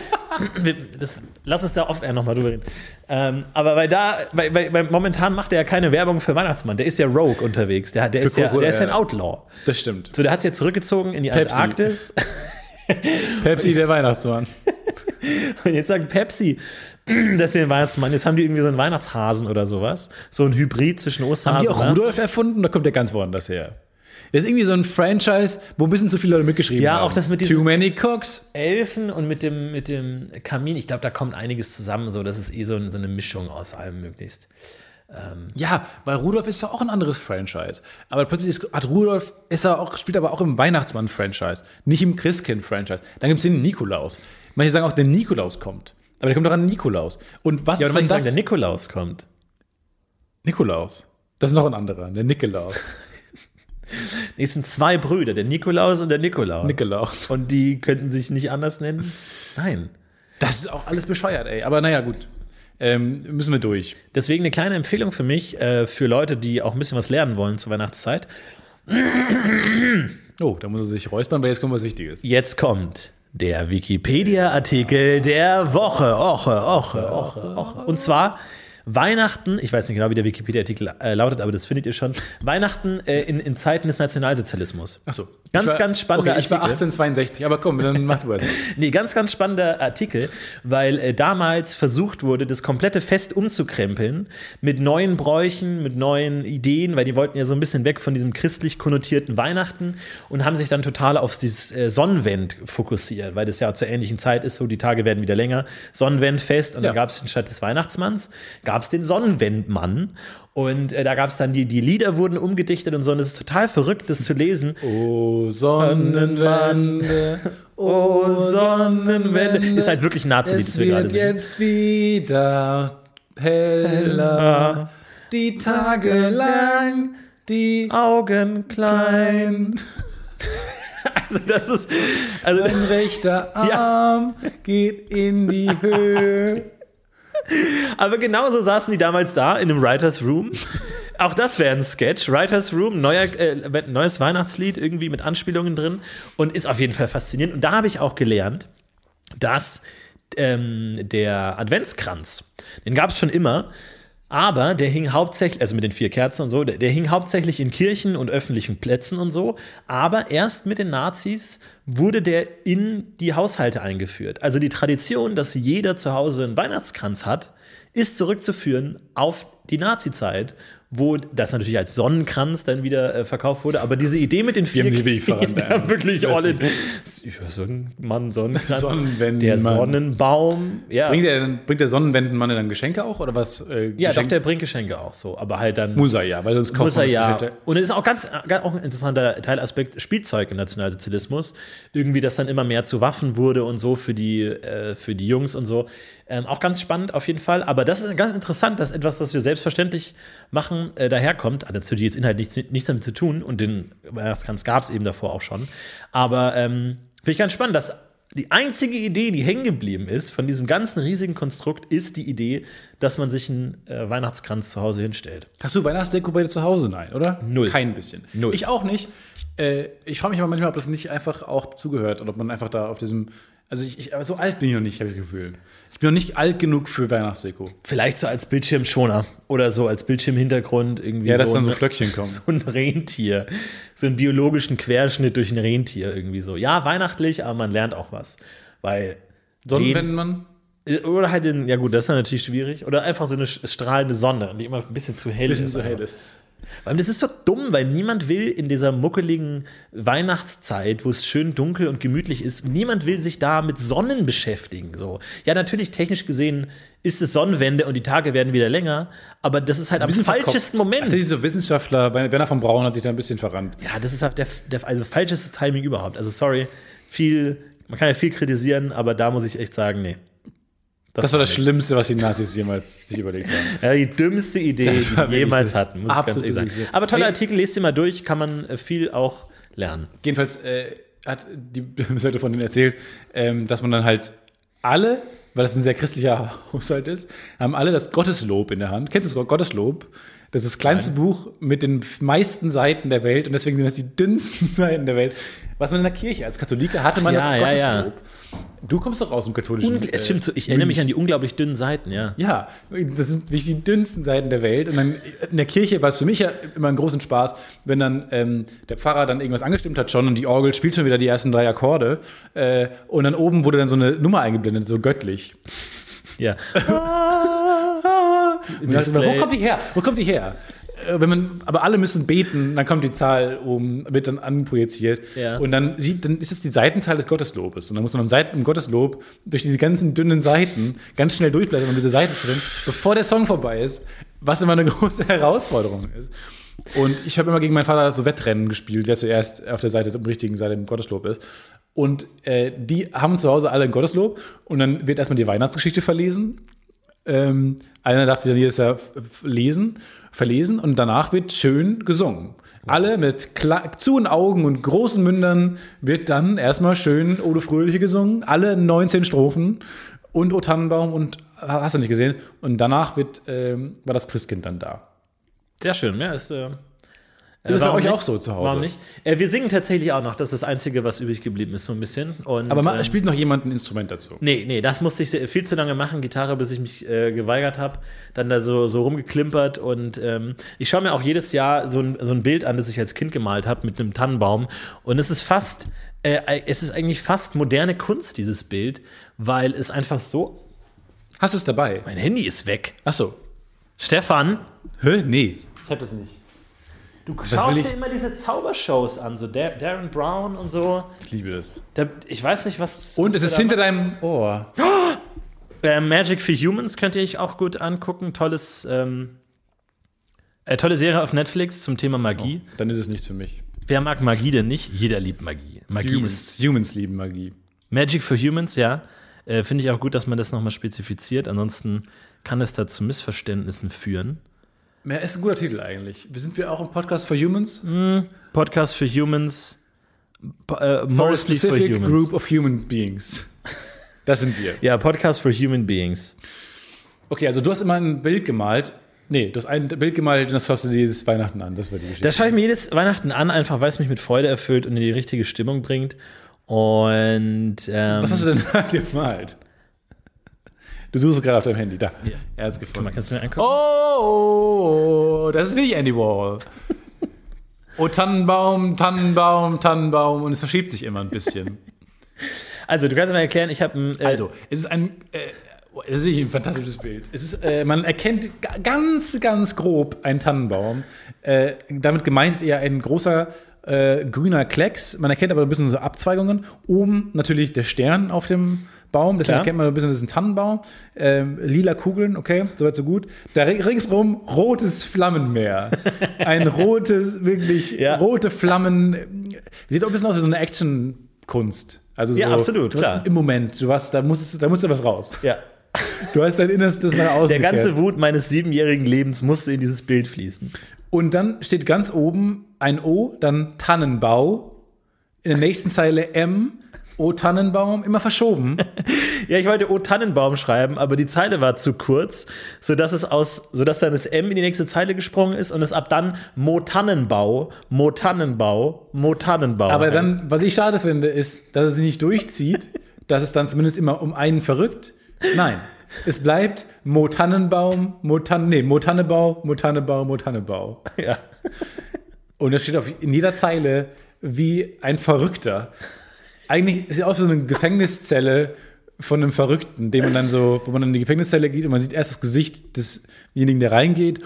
Wir- das, lass es da off air nochmal drüber reden. Ähm, aber weil da, weil, weil, weil momentan macht er ja keine Werbung für Weihnachtsmann. Der ist ja Rogue unterwegs. Der, hat- der, ist, ja,
Coca-Cola,
der ist ja ein
ja.
Outlaw.
Das stimmt.
So, der hat sich ja zurückgezogen in die
Pepsi.
Antarktis.
Pepsi, der Weihnachtsmann.
Und jetzt sagt Pepsi, dass sie den Weihnachtsmann, jetzt haben die irgendwie so einen Weihnachtshasen oder sowas. So ein Hybrid zwischen
Haben
Osterhasen
die auch
Weihnachtsmann.
Rudolf erfunden? Da kommt der ganz woanders her. Das ist irgendwie so ein Franchise, wo ein bisschen zu viele Leute mitgeschrieben
Ja,
haben.
auch das mit diesen-
Too many cooks.
Elfen und mit dem, mit dem Kamin. Ich glaube, da kommt einiges zusammen. So, das ist eh so, ein- so eine Mischung aus allem möglichst.
Ja, weil Rudolf ist ja auch ein anderes Franchise. Aber plötzlich ist, hat Rudolf, ist er auch, spielt aber auch im Weihnachtsmann-Franchise, nicht im Christkind-Franchise. Dann gibt es den Nikolaus. Manche sagen auch, der Nikolaus kommt. Aber der kommt doch an Nikolaus. Und was
Ja,
ist
oder man
denn
sagen, der
das?
Nikolaus kommt.
Nikolaus. Das ist noch ein anderer, der Nikolaus.
Nee, es sind zwei Brüder, der Nikolaus und der Nikolaus.
Nikolaus.
Und die könnten sich nicht anders nennen? Nein.
Das ist auch alles bescheuert, ey. Aber naja, gut. Ähm, müssen wir durch.
Deswegen eine kleine Empfehlung für mich, äh, für Leute, die auch ein bisschen was lernen wollen zur Weihnachtszeit.
Oh, da muss er sich räuspern, weil jetzt kommt was Wichtiges.
Jetzt kommt der Wikipedia-Artikel der Woche. Oche, oche, oche, oche. Und zwar Weihnachten, ich weiß nicht genau, wie der Wikipedia-Artikel äh, lautet, aber das findet ihr schon. Weihnachten äh, in, in Zeiten des Nationalsozialismus.
Achso.
Ganz, ganz spannender
okay, Ich war
Artikel.
1862, aber komm, dann mach du weiter.
Nee, ganz, ganz spannender Artikel, weil äh, damals versucht wurde, das komplette Fest umzukrempeln mit neuen Bräuchen, mit neuen Ideen, weil die wollten ja so ein bisschen weg von diesem christlich konnotierten Weihnachten und haben sich dann total auf dieses äh, Sonnenwend fokussiert, weil das ja zur ähnlichen Zeit ist, so die Tage werden wieder länger. Sonnenwendfest und
Ja.
dann gab es anstatt des Weihnachtsmanns, gab es den Sonnenwendmann. Und äh, da gab es dann die, die Lieder wurden umgedichtet und so. Und es ist total verrückt, das zu lesen,
Oh, Sonnenwende.
Oh, Sonnenwende. Ist halt wirklich ein Nazi-Lied, das
Es
wir gerade
wird
singen.
jetzt wieder heller. Die Tage lang, die
Augen klein.
ein,
Also das ist also
ein rechter Arm geht in die Höhe.
aber genauso saßen die damals da in einem Writers Room. Auch das wäre ein Sketch. Writers Room, neuer, äh, neues Weihnachtslied irgendwie mit Anspielungen drin und ist auf jeden Fall faszinierend. Und da habe ich auch gelernt, dass ähm, der Adventskranz, den gab es schon immer, aber der hing hauptsächlich, also mit den vier Kerzen und so, der, der hing hauptsächlich in Kirchen und öffentlichen Plätzen und so, aber erst mit den Nazis wurde der in die Haushalte eingeführt. Also die Tradition, dass jeder zu Hause einen Weihnachtskranz hat, ist zurückzuführen auf die Nazi-Zeit, wo das natürlich als Sonnenkranz dann wieder äh, verkauft wurde, aber diese Idee mit den vier
haben sie wirklich verrannt,
da
ey.
wirklich
Weiß
all in. Sonnenmann, Sonnenkranz,
Sonnenwendenmann.
der Sonnenbaum, ja.
Bringt der, bringt der Sonnenwendenmann denn dann Geschenke auch? Oder was? Äh,
Ja, doch,
Geschenk-
der bringt Geschenke auch so, aber halt dann
Muss er ja, weil sonst kauft
muss er
man das
ja.
Geschenk-
Und es ist auch ganz, ganz auch ein interessanter Teilaspekt Spielzeug im Nationalsozialismus. Irgendwie, dass dann immer mehr zu Waffen wurde und so für die, äh, für die Jungs und so. Ähm, auch ganz spannend auf jeden Fall. Aber das ist ganz interessant, dass etwas, das wir selbstverständlich machen, äh, daherkommt. Hat natürlich jetzt inhaltlich nichts, nichts damit zu tun und den Weihnachtskranz gab es eben davor auch schon. Aber ähm, finde ich ganz spannend, dass die einzige Idee, die hängen geblieben ist von diesem ganzen riesigen Konstrukt, ist die Idee, dass man sich einen äh, Weihnachtskranz zu Hause hinstellt.
Hast du Weihnachtsdeko bei dir zu Hause? Nein, oder?
Null.
Kein bisschen.
Null.
Ich auch nicht. Äh, ich frage mich aber manchmal, ob das nicht einfach auch zugehört oder ob man einfach da auf diesem. Also ich, ich aber so alt bin ich noch nicht, habe ich das Gefühl. Ich bin noch nicht alt genug für Weihnachtsdeko.
Vielleicht so als Bildschirmschoner oder so als Bildschirmhintergrund irgendwie.
Ja, dass dann so
ein-
Flöckchen kommen.
So ein Rentier. So einen biologischen Querschnitt durch ein Rentier irgendwie so. Ja, weihnachtlich, aber man lernt auch was. Weil.
Sonnenwendenmann?
den- Oder halt den, ja gut, das ist dann natürlich schwierig. Oder einfach so eine sch- strahlende Sonne, die immer ein bisschen zu hell
Bisschen
ist.
so hell ist.
Weil das ist so dumm, weil niemand will in dieser muckeligen Weihnachtszeit, wo es schön dunkel und gemütlich ist, niemand will sich da mit Sonnen beschäftigen. So. Ja, natürlich, technisch gesehen ist es Sonnenwende und die Tage werden wieder länger, aber das ist halt am falschesten Moment.
Also diese Wissenschaftler, Werner von Braun hat sich da ein bisschen verrannt.
ja, das ist halt der, der also falschestes Timing überhaupt. Also sorry, viel, man kann ja viel kritisieren, aber da muss ich echt sagen, nee.
Das war das
nix.
Schlimmste, was die Nazis jemals sich überlegt haben.
Ja, die dümmste Idee, die
war
die
wirklich
jemals
das
hatten, muss ich ganz
absolut
ehrlich sagen.
dümmste.
Aber toller
Nee.
Artikel, lest sie mal durch, kann man äh, viel auch lernen.
Jedenfalls äh, hat die Seite von denen erzählt, ähm, dass man dann halt alle, weil das ein sehr christlicher Haushalt ist, haben alle das Gotteslob in der Hand. Kennst du das Wort Gotteslob? Das ist das kleinste Buch mit den meisten Seiten der Welt und deswegen sind das die dünnsten Seiten der Welt. Was man in der Kirche als Katholiker hatte, man
Ja,
das
ja, ja.
Gotteslob. Du kommst doch aus dem katholischen.
Ungl-
äh,
es stimmt so, ich erinnere mich an die unglaublich dünnen Seiten, ja.
ja, das sind wirklich die dünnsten Seiten der Welt. Und dann in der Kirche war es für mich ja immer einen großen Spaß, wenn dann ähm, der Pfarrer dann irgendwas angestimmt hat schon und die Orgel spielt schon wieder die ersten drei Akkorde. Äh, und dann oben wurde dann so eine Nummer eingeblendet, so göttlich.
ja.
Ah. Und dann,
Display.
wo kommt die her? Wo kommt die her? Äh, Wenn man, aber alle müssen beten, dann kommt die Zahl oben, wird dann anprojiziert.
Ja.
Und dann sieht, dann ist es die Seitenzahl des Gotteslobes. Und dann muss man am Seiten, im Gotteslob durch diese ganzen dünnen Seiten ganz schnell durchblättern, um diese Seiten zu finden, bevor der Song vorbei ist, was immer eine große Herausforderung ist. Und ich habe immer gegen meinen Vater so Wettrennen gespielt, wer zuerst auf der Seite, auf der richtigen Seite im Gotteslob ist. Und äh, die haben zu Hause alle ein Gotteslob und dann wird erstmal die Weihnachtsgeschichte verlesen ähm, einer darf die dann jedes Jahr f- f- lesen, verlesen und danach wird schön gesungen. Alle mit kla- zuen Augen und großen Mündern wird dann erstmal schön Ode Fröhliche gesungen. Alle 19 Strophen und O Tannenbaum und ah, hast du nicht gesehen. Und danach wird, ähm, war das Christkind dann da.
Sehr schön, ja, ist. Äh,
Ist das bei
warum
euch
nicht?
auch so zu Hause?
Warum nicht? Äh, wir singen tatsächlich auch noch. Das ist das Einzige, was übrig geblieben ist, so ein bisschen. Und,
Aber man,
ähm,
spielt noch jemand ein Instrument dazu?
Nee, nee, das musste ich sehr- viel zu lange machen, Gitarre, bis ich mich äh, geweigert habe. Dann da so, so rumgeklimpert und ähm, ich schaue mir auch jedes Jahr so ein, so ein Bild an, das ich als Kind gemalt habe mit einem Tannenbaum. Und es ist fast, äh, es ist eigentlich fast moderne Kunst, dieses Bild, weil es einfach so.
Hast du es dabei?
Mein Handy ist weg.
Ach so.
Stefan!
Hä? Nee.
Ich hab das nicht. Du
will
schaust dir
ich-
immer diese Zaubershows an, so Dar Darren Brown und so.
Ich liebe das.
Da, ich weiß nicht, was.
Und
was
es
wir
ist
da
hinter deinem Ohr.
Äh, Magic for Humans könnt ihr euch auch gut angucken. Tolles, ähm, äh, tolle Serie auf Netflix zum Thema Magie.
Dann ist es nichts für mich.
Wer mag Magie denn nicht? Jeder liebt Magie. Magie ist
Humans, Humans lieben Magie.
Magic for Humans, ja. Äh, Finde ich auch gut, dass man das nochmal spezifiziert. Ansonsten kann es da zu Missverständnissen führen.
Ja, ist ein guter Titel eigentlich. Sind wir auch im Podcast for Humans?
Podcast for Humans, po- äh,
For a
mostly for
specific
humans.
group of human beings. Das sind wir.
Ja, Podcast for Human Beings.
Okay, also du hast immer ein Bild gemalt. Nee, du hast ein Bild gemalt und das schaust du dir dieses Weihnachten an. Das war die Geschichte.
Das schaue ich mir jedes Weihnachten an, einfach weil es mich mit Freude erfüllt und in die richtige Stimmung bringt. Und ähm,
Was hast du denn da gemalt? Du suchst es gerade auf deinem Handy. Da. Er hat es
guck mal,
gefunden.
kannst du mir angucken?
Oh, das ist wirklich Andy Warhol. Oh, Tannenbaum, Tannenbaum, Tannenbaum. Und es verschiebt sich immer ein bisschen.
Also, du kannst mir erklären, ich habe ein. Äh,
Oh. Also, es ist ein. Äh, das ist wirklich ein fantastisches Bild. Es ist, äh, man erkennt g- ganz, ganz grob einen Tannenbaum. Äh, damit gemeint ist eher ein großer äh, grüner Klecks. Man erkennt aber ein bisschen so Abzweigungen. Oben natürlich der Stern auf dem Baum. Deswegen
Klar.
erkennt man ein bisschen, das ist ein Tannenbaum. Ähm, lila Kugeln, okay, soweit so gut. Da ri- ringsrum rotes Flammenmeer. Ein rotes, wirklich
Ja.
rote Flammen. Sieht auch ein bisschen aus wie so eine Actionkunst. Also
Ja,
so,
absolut,
du hast
klar.
im Moment, du hast, da musstest, da musste was raus.
ja.
Du hast dein Innerstes nach außen.
Der ganze
gekehrt.
Wut meines siebenjährigen Lebens musste in dieses Bild fließen.
Und dann steht ganz oben ein O, dann Tannenbau. In der nächsten Zeile M, O Tannenbaum, immer verschoben.
Ja, ich wollte O Tannenbaum schreiben, aber die Zeile war zu kurz, sodass es aus, sodass dann das M in die nächste Zeile gesprungen ist und es ab dann Mo Tannenbau, Mo Tannenbau, Mo Tannenbau.
Aber
heißt.
dann, was ich schade finde, ist, dass es sie nicht durchzieht, dass es dann zumindest immer um einen verrückt. Nein. Es bleibt Mo Tannenbaum, Mo Tan nee, Mo Tannebau, Mo Tannebau, Mo Tannebau.
Ja.
Und das steht auf, in jeder Zeile wie ein Verrückter. Eigentlich ist es aus wie so eine Gefängniszelle von einem Verrückten, den man dann so, wo man dann in die Gefängniszelle geht und man sieht erst das Gesicht desjenigen, der reingeht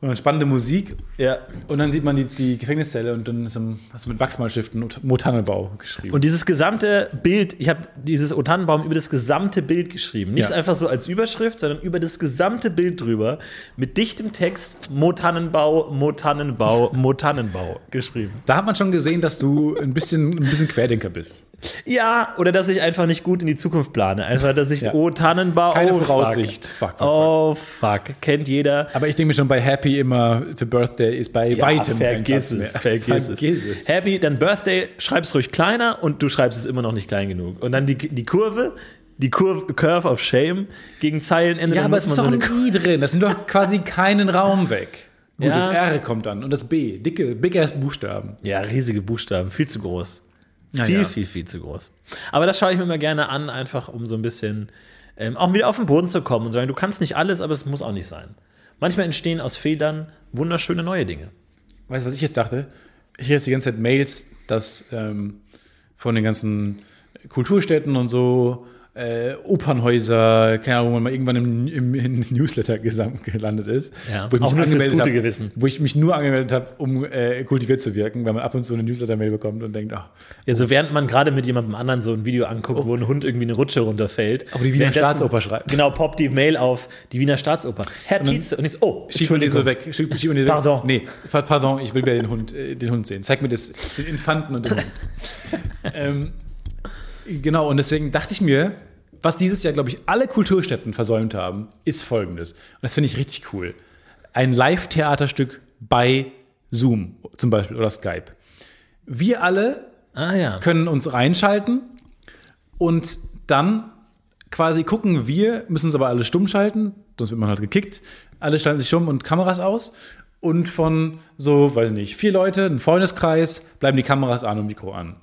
und dann spannende Musik
ja.
und dann sieht man die, die Gefängniszelle und dann ist im, hast du mit Wachsmalstiften und Motanebau geschrieben.
Und dieses gesamte Bild, ich habe dieses O Tannenbaum über das gesamte Bild geschrieben. Nicht
Ja.
einfach so als Überschrift, sondern über das gesamte Bild drüber mit dichtem Text Mo Tannenbau, Mo Tannenbau, Mo Tannenbau geschrieben.
da hat man schon gesehen, dass du ein bisschen, ein bisschen Querdenker bist.
Ja, oder dass ich einfach nicht gut in die Zukunft plane. Einfach, dass ich,
Ja.
oh, Tannenbaum,
Keine
oh,
Voraussicht. Fuck, fuck,
Fuck. Oh, fuck. Kennt jeder.
Aber ich denke mir schon bei Happy immer, The Birthday ist bei weitem kein
vergiss
Platz
es,
mehr.
vergiss,
Vergiss
es.
es.
Happy, dann Birthday, schreib's ruhig kleiner und du schreibst es immer noch nicht klein genug. Und dann die, die Kurve, die Kurve, Curve of Shame gegen Zeilenende.
Ja,
dann
aber
muss
es ist
man
doch
so
ein
eine-
I drin. Das nimmt doch quasi keinen Raum weg. Gut,
Ja.
das R kommt dann und das B. Dicke, big ass Buchstaben.
ja, riesige Buchstaben, viel zu groß.
Ja,
viel,
ja.
viel, viel zu groß. Aber das schaue ich mir immer gerne an, einfach um so ein bisschen ähm, auch wieder auf den Boden zu kommen und sagen, du kannst nicht alles, aber es muss auch nicht sein. Manchmal entstehen aus Federn wunderschöne neue Dinge.
Weißt du, was ich jetzt dachte? Ich kriege jetzt die ganze Zeit Mails, dass ähm, von den ganzen Kulturstädten und so, äh, Opernhäuser, keine Ahnung, wo man mal irgendwann im, im, im Newsletter gesam- gelandet ist.
Ja,
wo ich
auch nur fürs
angemeldet
gute
hab-
Gewissen.
Wo ich mich nur angemeldet habe, um äh, kultiviert zu wirken, weil man ab und zu eine Newsletter-Mail bekommt und denkt, ach,
Ja, so während man gerade mit jemandem anderen so ein Video anguckt, wo ein Hund irgendwie eine Rutsche runterfällt.
Oh. Aber die Wiener
Währenddessen-
Staatsoper schreibt.
Genau, poppt die Mail auf, die Wiener Staatsoper. Herr Tietze. Und ich so, oh,
Schieb mir die so
Entschuldigung.
weg. Schieb, schieb mir die so
Pardon.
Weg. Nee, pa- pardon, ich will wieder den Hund, äh, den Hund sehen. Zeig mir das, den Infanten und den Hund. ähm, genau, und deswegen dachte ich mir, was dieses Jahr, glaube ich, alle Kulturstätten versäumt haben, ist folgendes. Und das finde ich richtig cool. Ein Live-Theaterstück bei Zoom zum Beispiel oder Skype. Wir alle
Ah ja.
können uns reinschalten und dann quasi gucken wir, müssen uns aber alle stumm schalten, sonst wird man halt gekickt. Alle schalten sich stumm und Kameras aus. Und von so, weiß ich nicht, vier Leute, ein Freundeskreis, bleiben die Kameras an und Mikro an.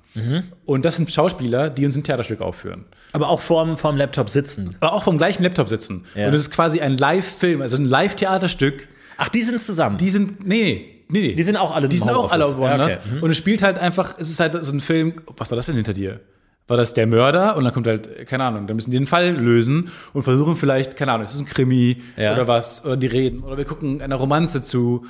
Und das sind Schauspieler, die uns ein Theaterstück aufführen.
Aber auch vorm, vorm Laptop sitzen.
Aber auch vom gleichen Laptop sitzen.
Ja.
Und es ist quasi ein Live-Film, also ein Live-Theaterstück.
Ach, die sind zusammen.
Die sind, nee, nee, nee.
Die sind auch alle
Die
im
sind auch
Homeoffice.
alle woanders.
Ja, okay. Mhm.
Und es spielt halt einfach, es ist halt so ein Film, was war das denn hinter dir? War das der Mörder? Und dann kommt halt, keine Ahnung, dann müssen die den Fall lösen und versuchen vielleicht, keine Ahnung, es ist ein Krimi
Ja.
oder was, oder die reden, oder wir gucken einer Romanze zu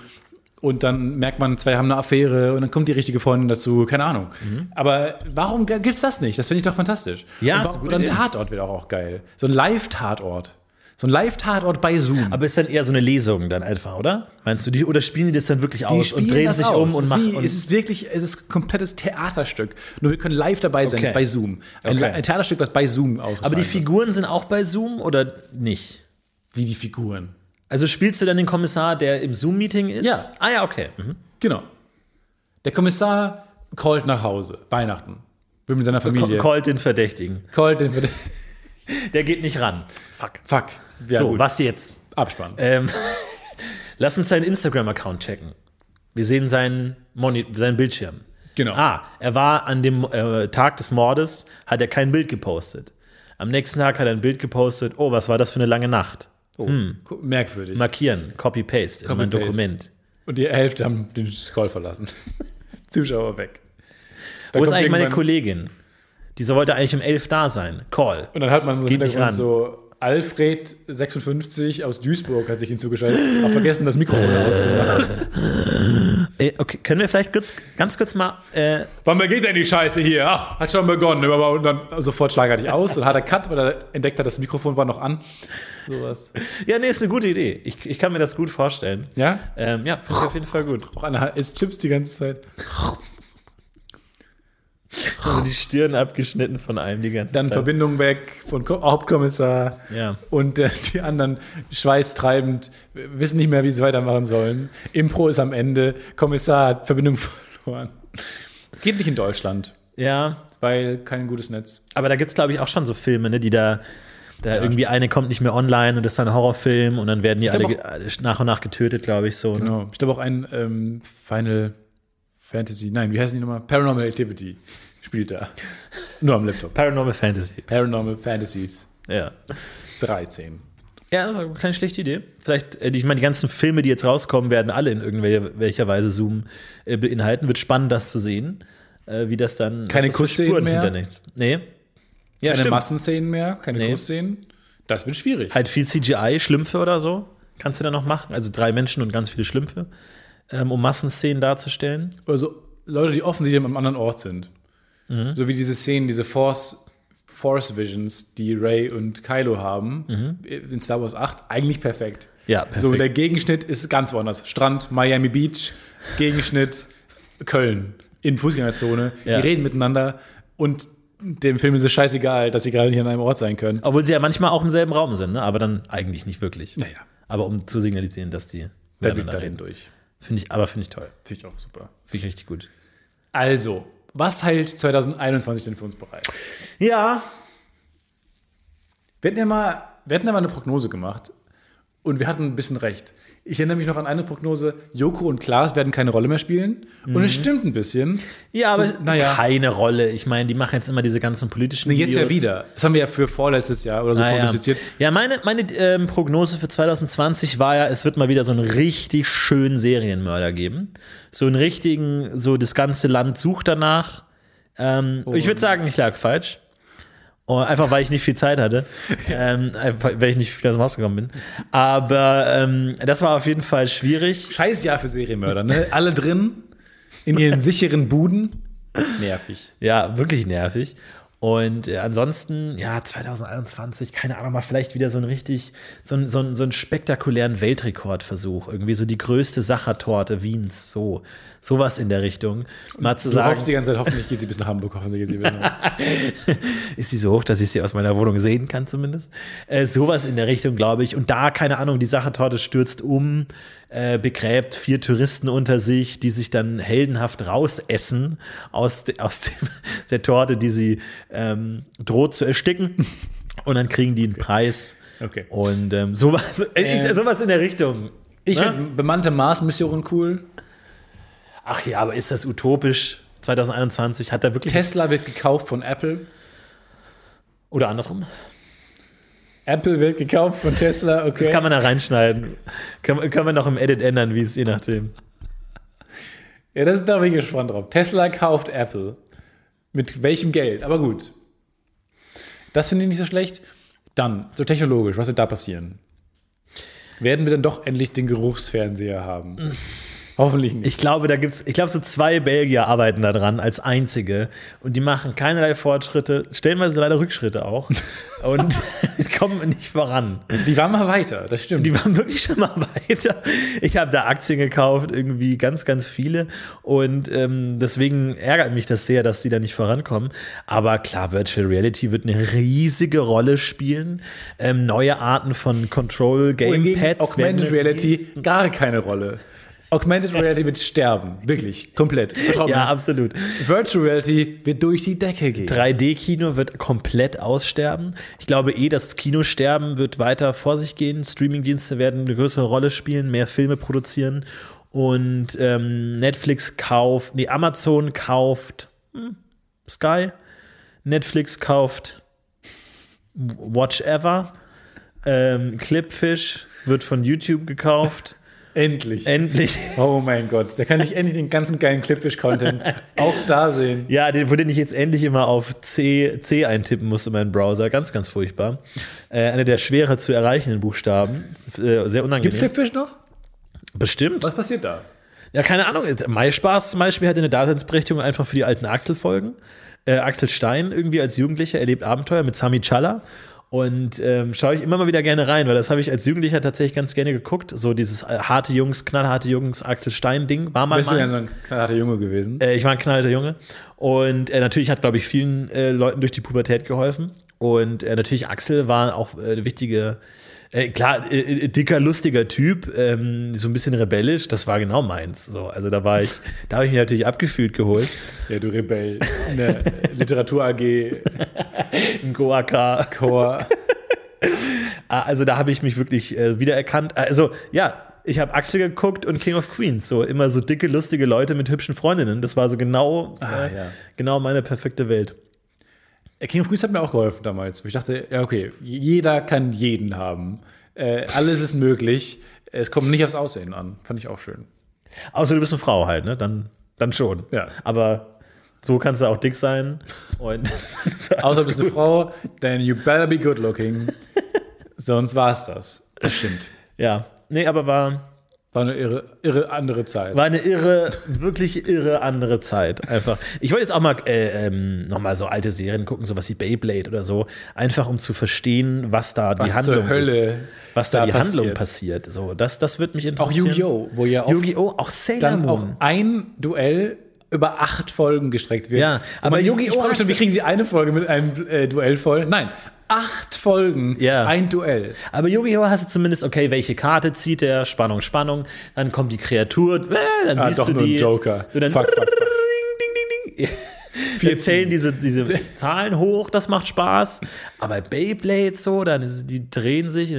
und dann merkt man, zwei haben eine Affäre und dann kommt die richtige Freundin dazu, keine Ahnung. Aber warum g- gibt's das nicht? Das finde ich doch fantastisch.
Mhm. Ja,
und,
ist eine
wa-
gute
oder ein
Idee.
Tatort wäre auch, auch geil. So ein Live-Tatort. So ein Live-Tatort bei Zoom.
Aber ist dann eher so eine Lesung dann einfach, oder? Meinst du, die, oder spielen die das dann wirklich
Die
aus und
spielen
drehen
das
sich
aus.
um und
es ist
machen.
wie-
Und
Es ist wirklich, es ist ein komplettes Theaterstück. Nur wir können live dabei sein,
Okay.
es ist bei Zoom. Ein,
Okay.
ein Theaterstück, was bei Zoom ausgestrahlt
aber die
wird.
Figuren sind auch bei Zoom oder nicht?
Wie die Figuren.
Also spielst du dann den Kommissar, der im Zoom-Meeting ist?
Ja.
Ah ja, okay. Mhm.
Genau. Der Kommissar callt nach Hause, Weihnachten. Will mit seiner Familie.
Callt den Verdächtigen.
callt den.
Der geht nicht ran. Fuck.
Fuck. Ja,
so,
gut.
was jetzt?
Abspann.
Ähm, lass uns seinen Instagram-Account checken. Wir sehen seinen, Moni seinen Bildschirm.
Genau.
Ah, er war an dem äh, Tag des Mordes, hat er kein Bild gepostet. Am nächsten Tag hat er ein Bild gepostet. Oh, was war das für eine lange Nacht?
Oh,
hm.
gu- Merkwürdig.
Markieren, Copy-Paste in mein
Copy-paste.
Dokument.
Und die Hälfte haben den Call verlassen. Zuschauer weg. Da
Wo ist
kommt
eigentlich meine
irgendwann-
Kollegin? Die sollte eigentlich um elf da sein. Call.
Und dann hat man so im
Geht nicht
Hintergrund
ran.
so Alfred 56 aus Duisburg hat sich hinzugeschaltet, aber vergessen das Mikrofon auszumachen.
Äh, okay, können wir vielleicht kurz, ganz kurz mal äh,
Wann beginnt denn die Scheiße hier? Ach, hat schon begonnen. Aber- Und dann sofort schlagert ich aus und hat er Cut, weil er entdeckt hat, das Mikrofon war noch an. Sowas.
Ja, nee, ist eine gute Idee. Ich, ich kann mir das gut vorstellen.
Ja?
Ähm, ja, finde ich auf jeden Fall gut.
Auch einer isst Chips die ganze Zeit.
So Also die Stirn abgeschnitten von einem die ganze
Dann
Zeit.
Verbindung weg von Ko Hauptkommissar.
Ja.
Und äh, die anderen schweißtreibend w- wissen nicht mehr, wie sie weitermachen sollen. Impro ist am Ende. Kommissar hat Verbindung verloren. Geht nicht in Deutschland.
Ja,
Weil kein gutes Netz.
aber da gibt es, glaube ich, auch schon so Filme, ne, die da, da irgendwie eine kommt nicht mehr online und das ist dann ein Horrorfilm und dann werden die alle
glaub
ge- alle nach und nach getötet, glaube ich, so. ne?
Genau. Ich glaube auch ein ähm, Final Fantasy, nein, wie heißen die nochmal? Paranormal Activity spielt da. Nur am Laptop.
Paranormal Fantasy.
Paranormal Fantasies
Ja.
13.
Ja, das ist keine schlechte Idee. Vielleicht, äh, die- ich meine, die ganzen Filme, die jetzt rauskommen, werden alle in irgendwelcher welcher Weise Zoom äh, beinhalten. Wird spannend, das zu sehen, äh, wie das dann.
Keine
was das für
Kussszenen
Spuren
mehr?
hinterlässt. Nee. Ja,
keine
stimmt.
Massenszenen mehr, keine
Nee.
Großszenen. Das wird schwierig.
halt viel CGI-Schlümpfe oder so. Kannst du dann noch machen? Also drei Menschen und ganz viele Schlümpfe, ähm, um Massenszenen darzustellen.
Oder so Leute, die offensichtlich am anderen Ort sind. So wie diese Szenen, diese Force, Force Visions, die Ray und Kylo haben in Star Wars 8, eigentlich perfekt.
Ja, perfekt.
So, der Gegenschnitt ist ganz woanders. Strand, Miami Beach, Gegenschnitt Köln in Fußgängerzone.
Ja.
Die reden miteinander und dem Film ist es scheißegal, dass sie gerade nicht an einem Ort sein können.
Obwohl sie ja manchmal auch im selben Raum sind, ne? aber dann eigentlich nicht wirklich.
Naja,
Aber um zu signalisieren, dass die
der Blick
miteinander
dahin
reden.
durch.
Finde ich, aber finde ich toll.
Finde ich auch super.
Finde ich richtig gut.
Also, was hält 2021 denn für uns bereit?
Ja.
Wir hatten, ja mal, wir hatten ja mal eine Prognose gemacht und wir hatten ein bisschen recht. Ich erinnere mich noch an eine Prognose, Joko und Klaas werden keine Rolle mehr spielen. Und es stimmt ein bisschen.
Mhm. Ja, aber
So, naja.
keine Rolle. Ich meine, die machen jetzt immer diese ganzen politischen
Jetzt ja
Videos.
wieder. Das haben wir ja für vorletztes Jahr oder so
Ah, ja.
prognostiziert.
ja, meine, meine ähm, Prognose für 2020 war ja, es wird mal wieder so einen richtig schönen Serienmörder geben. So einen richtigen, so das ganze Land sucht danach. Ähm, Ich würde sagen, ich lag falsch. Oh, einfach weil ich nicht viel Zeit hatte. ähm, einfach, weil ich nicht viel aus dem Haus gekommen bin. Aber ähm, das war auf jeden Fall schwierig.
Scheiß Jahr für Serienmörder, ne? Alle drin, in ihren sicheren Buden. Nervig.
Ja, wirklich nervig. Und äh, ansonsten, ja, 2021, keine Ahnung, mal vielleicht wieder so einen richtig, so, einen- so, einen- so einen spektakulären Weltrekordversuch. Irgendwie so die größte Sachertorte Wiens, so. Sowas in der Richtung. Mal zu
Du
sagen,
hoffst die ganze Zeit, hoffentlich geht sie bis nach Hamburg, hoffentlich geht sie bis nach Hamburg.
ist sie so hoch, dass ich sie aus meiner Wohnung sehen kann, zumindest. Äh, sowas in der Richtung, glaube ich. Und da, keine Ahnung, die Sachertorte stürzt um, äh, begräbt vier Touristen unter sich, die sich dann heldenhaft rausessen aus, de, aus dem, der Torte, die sie ähm, droht zu ersticken. Und dann kriegen die einen Preis.
Okay.
Und ähm, sowas, äh, sowas in der Richtung.
Ich
ne?
finde bemannte Mars-Missionen cool.
Ach ja, aber ist das utopisch? 2021 hat da wirklich.
Tesla wird gekauft von Apple.
Oder andersrum?
Apple wird gekauft von Tesla, okay.
Das kann man da reinschneiden. Kann, kann man noch im Edit ändern, wie es je nachdem.
ja, das da bin ich gespannt drauf. Tesla kauft Apple. Mit welchem Geld? Aber gut. Das finde ich nicht so schlecht. Dann, so technologisch, was wird da passieren? Werden wir dann doch endlich den Geruchsfernseher haben? Hoffentlich nicht.
Ich glaube, da gibt's, ich glaube, so zwei Belgier arbeiten da dran als einzige und die machen keinerlei Fortschritte, stellenweise leider Rückschritte auch und kommen nicht voran.
Die waren mal weiter, das stimmt.
Die waren wirklich schon mal weiter. Ich habe da Aktien gekauft, irgendwie ganz, ganz viele. Und ähm, deswegen ärgert mich das sehr, dass die da nicht vorankommen. Aber klar, Virtual Reality wird eine riesige Rolle spielen. Ähm, neue Arten von Control
Wohingegen
Gamepads werden
Oh, Augmented Reality gar keine Rolle. Augmented Reality wird sterben. Wirklich. Komplett. Vertraut
Ja,
mir.
absolut.
Virtual Reality wird durch die Decke gehen.
3D-Kino wird komplett aussterben. Ich glaube eh, das Kinosterben wird weiter vor sich gehen. Streamingdienste werden eine größere Rolle spielen, mehr Filme produzieren. Und ähm, Netflix kauft, nee, Amazon kauft hm, Sky. Netflix kauft Watch Ever. Ähm, Clipfish wird von YouTube gekauft.
Endlich.
Endlich.
Oh mein Gott. Da kann ich endlich den ganzen geilen Clipfish-Content auch da sehen.
Ja, den, wo den ich jetzt endlich immer auf C, C eintippen musste in meinen Browser. Ganz, ganz furchtbar. Äh, einer der schwerer zu erreichenden Buchstaben. Äh, sehr unangenehm.
Gibt's Clipfish noch?
Bestimmt.
Was passiert da?
Ja, keine Ahnung. MySpaß zum Beispiel hatte eine Daseinsberechtigung einfach für die alten Axel-Folgen. Äh, Axel Stein irgendwie als Jugendlicher erlebt Abenteuer mit Sami Challa. Und ähm, schaue ich immer mal wieder gerne rein, weil das habe ich als Jugendlicher tatsächlich ganz gerne geguckt. So dieses äh, harte Jungs, knallharte Jungs, Axel Stein-Ding. War mal
Bist du ja
meins.
so ein knallharter Junge gewesen?
Äh, ich war ein knallharter Junge. Und äh, natürlich hat, glaube ich, vielen äh, Leuten durch die Pubertät geholfen. Und äh, natürlich Axel war auch äh, eine wichtige, äh, klar, äh, äh, dicker, lustiger Typ, ähm, so ein bisschen rebellisch. Das war genau meins. So, also da war ich, da habe ich mich natürlich abgefühlt geholt.
Ja, du Rebell. In der Literatur-AG,
Im Goaka.
Chor.
Ah, Also da habe ich mich wirklich äh, wiedererkannt. Also ja, ich habe Axel geguckt und King of Queens. So immer so dicke, lustige Leute mit hübschen Freundinnen. Das war so genau,
Ah,
äh,
ja.
genau meine perfekte Welt.
Äh, King of Queens hat mir auch geholfen damals. Ich dachte, ja, okay, jeder kann jeden haben. Äh, alles ist möglich. Es kommt nicht aufs Aussehen an. Fand ich auch schön.
Außer du bist eine Frau halt, ne? Dann, dann schon.
Ja.
Aber so kannst du auch dick sein. Und
Außer du bist eine Frau, then you better be good looking. Sonst war es das. Das stimmt.
ja. Nee, aber war,
War eine irre, irre andere Zeit.
war eine irre, wirklich irre andere Zeit. Einfach. Ich wollte jetzt auch mal äh, ähm, nochmal so alte Serien gucken, sowas wie Beyblade oder so. Einfach um zu verstehen, was da die
Was zur
Handlung ist.
Hölle
Was da,
da
die Handlung passiert. So, das, das wird mich interessieren.
Wo ja auch
Yu-Gi-Oh! Auch Sailor
dann auch
Moon.
ein Duell über acht Folgen gestreckt wird.
Ja,
Und
aber
man- ich-
Yu-Gi-Oh!
Ich frage mich schon,
hast-
wie kriegen sie eine Folge mit einem äh, Duell voll? Nein, acht Folgen,
Ja.
ein Duell.
Aber Yu-Gi-Oh! hast du zumindest, okay, welche Karte zieht er? Spannung, Spannung. Dann kommt die Kreatur. Äh, dann
Ah,
siehst
doch
du
nur ein
die.
Joker.
Du dann
Fuck, fuck, fuck.
Ding, ding, ding. Wir zählen diese, diese Zahlen hoch, das macht Spaß. Aber Beyblade so, dann ist, die drehen sich.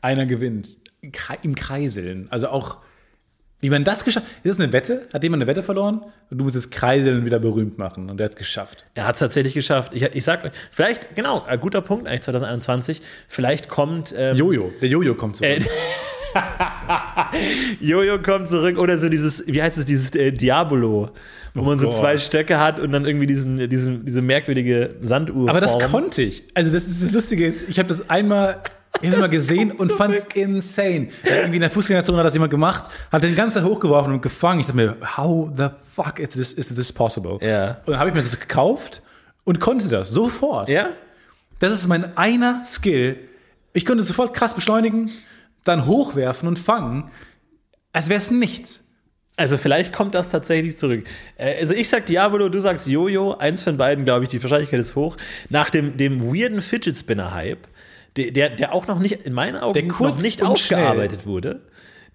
Einer gewinnt. Kre- Im Kreiseln. Also auch, wie man das geschafft hat. Ist das eine Wette? Hat jemand eine Wette verloren? Und du musst das Kreiseln wieder berühmt machen. Und der hat es geschafft.
Er hat es tatsächlich geschafft. Ich, ich sag euch, vielleicht, genau, ein guter Punkt eigentlich 2021. Vielleicht kommt ähm,
Jojo. Der Jojo kommt
Äh,
zurück.
Jojo kommt zurück oder so dieses, wie heißt es, dieses äh, Diabolo, wo man so
Oh Gott.
zwei Stöcke hat und dann irgendwie diesen, diesen, diese merkwürdige Sanduhr.
Aber das konnte ich. Also das ist das Lustige ist, ich habe das einmal ich hab's mal gesehen und fand es insane. Irgendwie in der Fußgängerzone hat das jemand gemacht, hat den ganzen Zeit hochgeworfen und gefangen. Ich dachte mir, how the fuck is this, is this possible?
Ja.
Und dann habe ich mir das gekauft Und konnte das sofort.
Ja?
Das ist mein einer Skill. Ich konnte sofort krass beschleunigen, dann hochwerfen und fangen, als wäre es nichts.
Also vielleicht kommt das tatsächlich zurück. Äh, Also ich sag Diabolo, du sagst Jojo. Eins von beiden, glaube ich, die Wahrscheinlichkeit ist hoch. Nach dem, dem weirden Fidget Spinner Hype, der, der, der auch noch nicht, in meinen Augen,
Der kurz
noch nicht
und
aufgearbeitet wurde,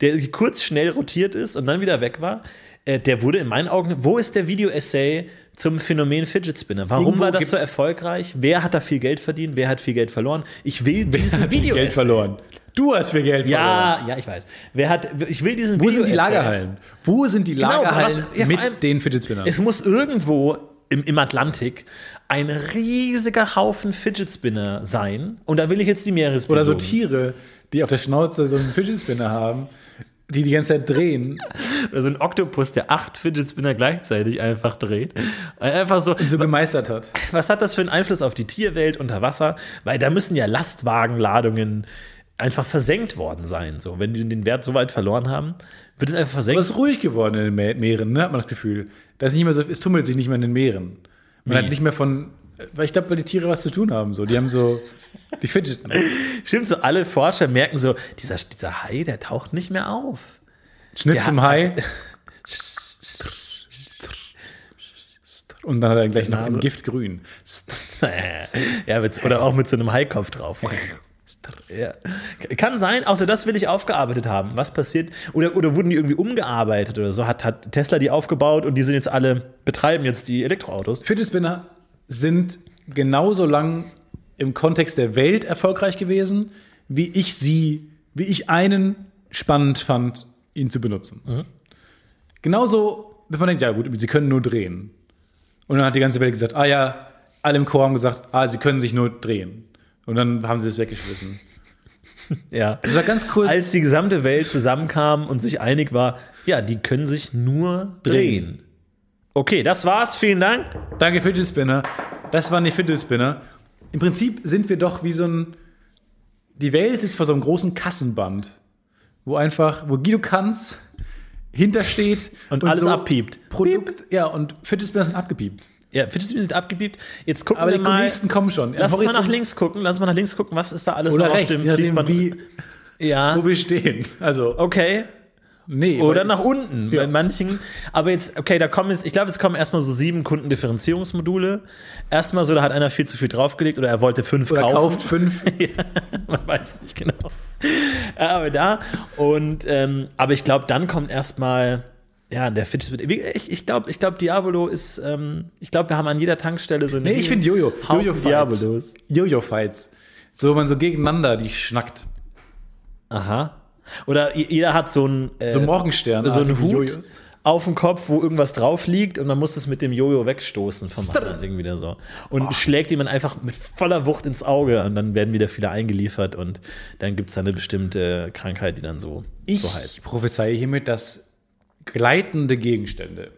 der kurz schnell rotiert ist und dann wieder weg war, äh, der wurde in meinen Augen, wo ist der Video-Essay zum Phänomen Fidget Spinner? Warum
Irgendwo
war das so
gibt's-
erfolgreich? Wer hat da viel Geld verdient? Wer hat viel Geld verloren? Ich will diesen
Viel Geld
Video-Essay.
verloren. Du hast viel Geld verloren.
Ja, ja, ich weiß. Wer hat, ich will diesen
Wo sind die
Video-Essay.
Lagerhallen? Wo sind die
Genau,
Lagerhallen
was- ja, vor
mit
allem-
den Fidget Spinnern?
Es muss irgendwo im, im Atlantik ein riesiger Haufen Fidget Spinner sein. Und da will ich jetzt die Meeresperson.
Oder so Tiere, die auf der Schnauze so einen Fidget Spinner haben, die die ganze Zeit drehen.
Oder so ein Oktopus, der acht Fidget Spinner gleichzeitig einfach dreht. Einfach so.
so gemeistert hat.
Was hat das für einen Einfluss auf die Tierwelt unter Wasser? Weil da müssen ja Lastwagenladungen einfach versenkt worden sein. So, wenn die den Wert so weit verloren haben, wird es einfach versenkt.
Es ist ruhig geworden in den Me- Meeren, ne? hat man das Gefühl. Da ist nicht mehr so, es tummelt sich nicht mehr in den Meeren. Man
Wie?
hat nicht mehr von, weil ich glaube, weil die Tiere was zu tun haben. So. Die haben so, die fidgeten.
Stimmt, so alle Forscher merken so, dieser, dieser Hai, der taucht nicht mehr auf.
Schnitt
Der
zum Hai. Und dann hat er gleich noch ein
Nase.
Giftgrün.
ja, mit, oder auch mit so einem Haikopf drauf. Ja. Kann sein, außer das will ich aufgearbeitet haben. Was passiert? Oder, oder wurden die irgendwie umgearbeitet oder so? Hat, hat Tesla die aufgebaut und die sind jetzt alle, betreiben jetzt die Elektroautos?
Fidget Spinner sind genauso lang im Kontext der Welt erfolgreich gewesen, wie ich sie, wie ich einen spannend fand, ihn zu benutzen. Genauso, wenn man denkt, ja gut, sie können nur drehen. Und dann hat die ganze Welt gesagt, ah ja, alle im Chor haben gesagt, ah, sie können sich nur drehen. Und dann haben sie es weggeschmissen.
Ja.
Das war ganz cool.
Als die gesamte Welt zusammenkam und sich einig war, ja, die können sich nur drehen. Okay, das war's. Vielen Dank.
Danke, Fidget Spinner. Das waren die Fidget Spinner. Im Prinzip sind wir doch wie so ein. Die Welt sitzt vor so einem großen Kassenband, wo einfach, wo Guido Kanz hintersteht
Und alles
so
abpiept.
Produkt, ja, und Fidget Spinner sind abgepiept.
Ja, Fidget Spinner sind abgepiept. Jetzt gucken
Aber
wir
die
mal.
nächsten kommen schon. Am
Lass uns mal
Horizont-
nach links gucken. Lass uns mal nach links gucken, was ist da alles
oder
noch
rechts,
auf
je
dem
nachdem,
Fließband.
wie,
ja.
wo wir stehen. Also,
Okay.
nee.
Oder
weil-
nach unten, bei manchen. Aber jetzt, okay, da kommen jetzt, ich glaube, jetzt kommen erstmal so sieben Kundendifferenzierungsmodule. Erstmal so, da hat einer viel zu viel draufgelegt oder er wollte fünf
Oder
kaufen.
kauft fünf.
Man weiß nicht genau. Ja, aber da. Und, ähm, aber ich glaube, dann kommt erstmal, ja, der Fidget Spinner. Wie- Ich, ich glaube, ich glaub, Diabolo ist, ähm, ich glaube, wir haben an jeder Tankstelle so eine.
Nee, ich finde Jojo.
Haufen
Jojo-Fights.
Diabolos.
Jojo-Fights. So, wo man so gegeneinander die schnackt.
Aha. Oder je- jeder hat so einen. Äh,
So Morgenstern.
so einen Hut auf dem Kopf, wo irgendwas drauf liegt und man muss das mit dem Jojo wegstoßen vom anderen irgendwie da so. Und schlägt jemand einfach mit voller Wucht ins Auge und dann werden wieder viele eingeliefert und dann gibt es da eine bestimmte Krankheit, die dann so,
Ich
so heißt.
prophezeie hiermit, dass gleitende Gegenstände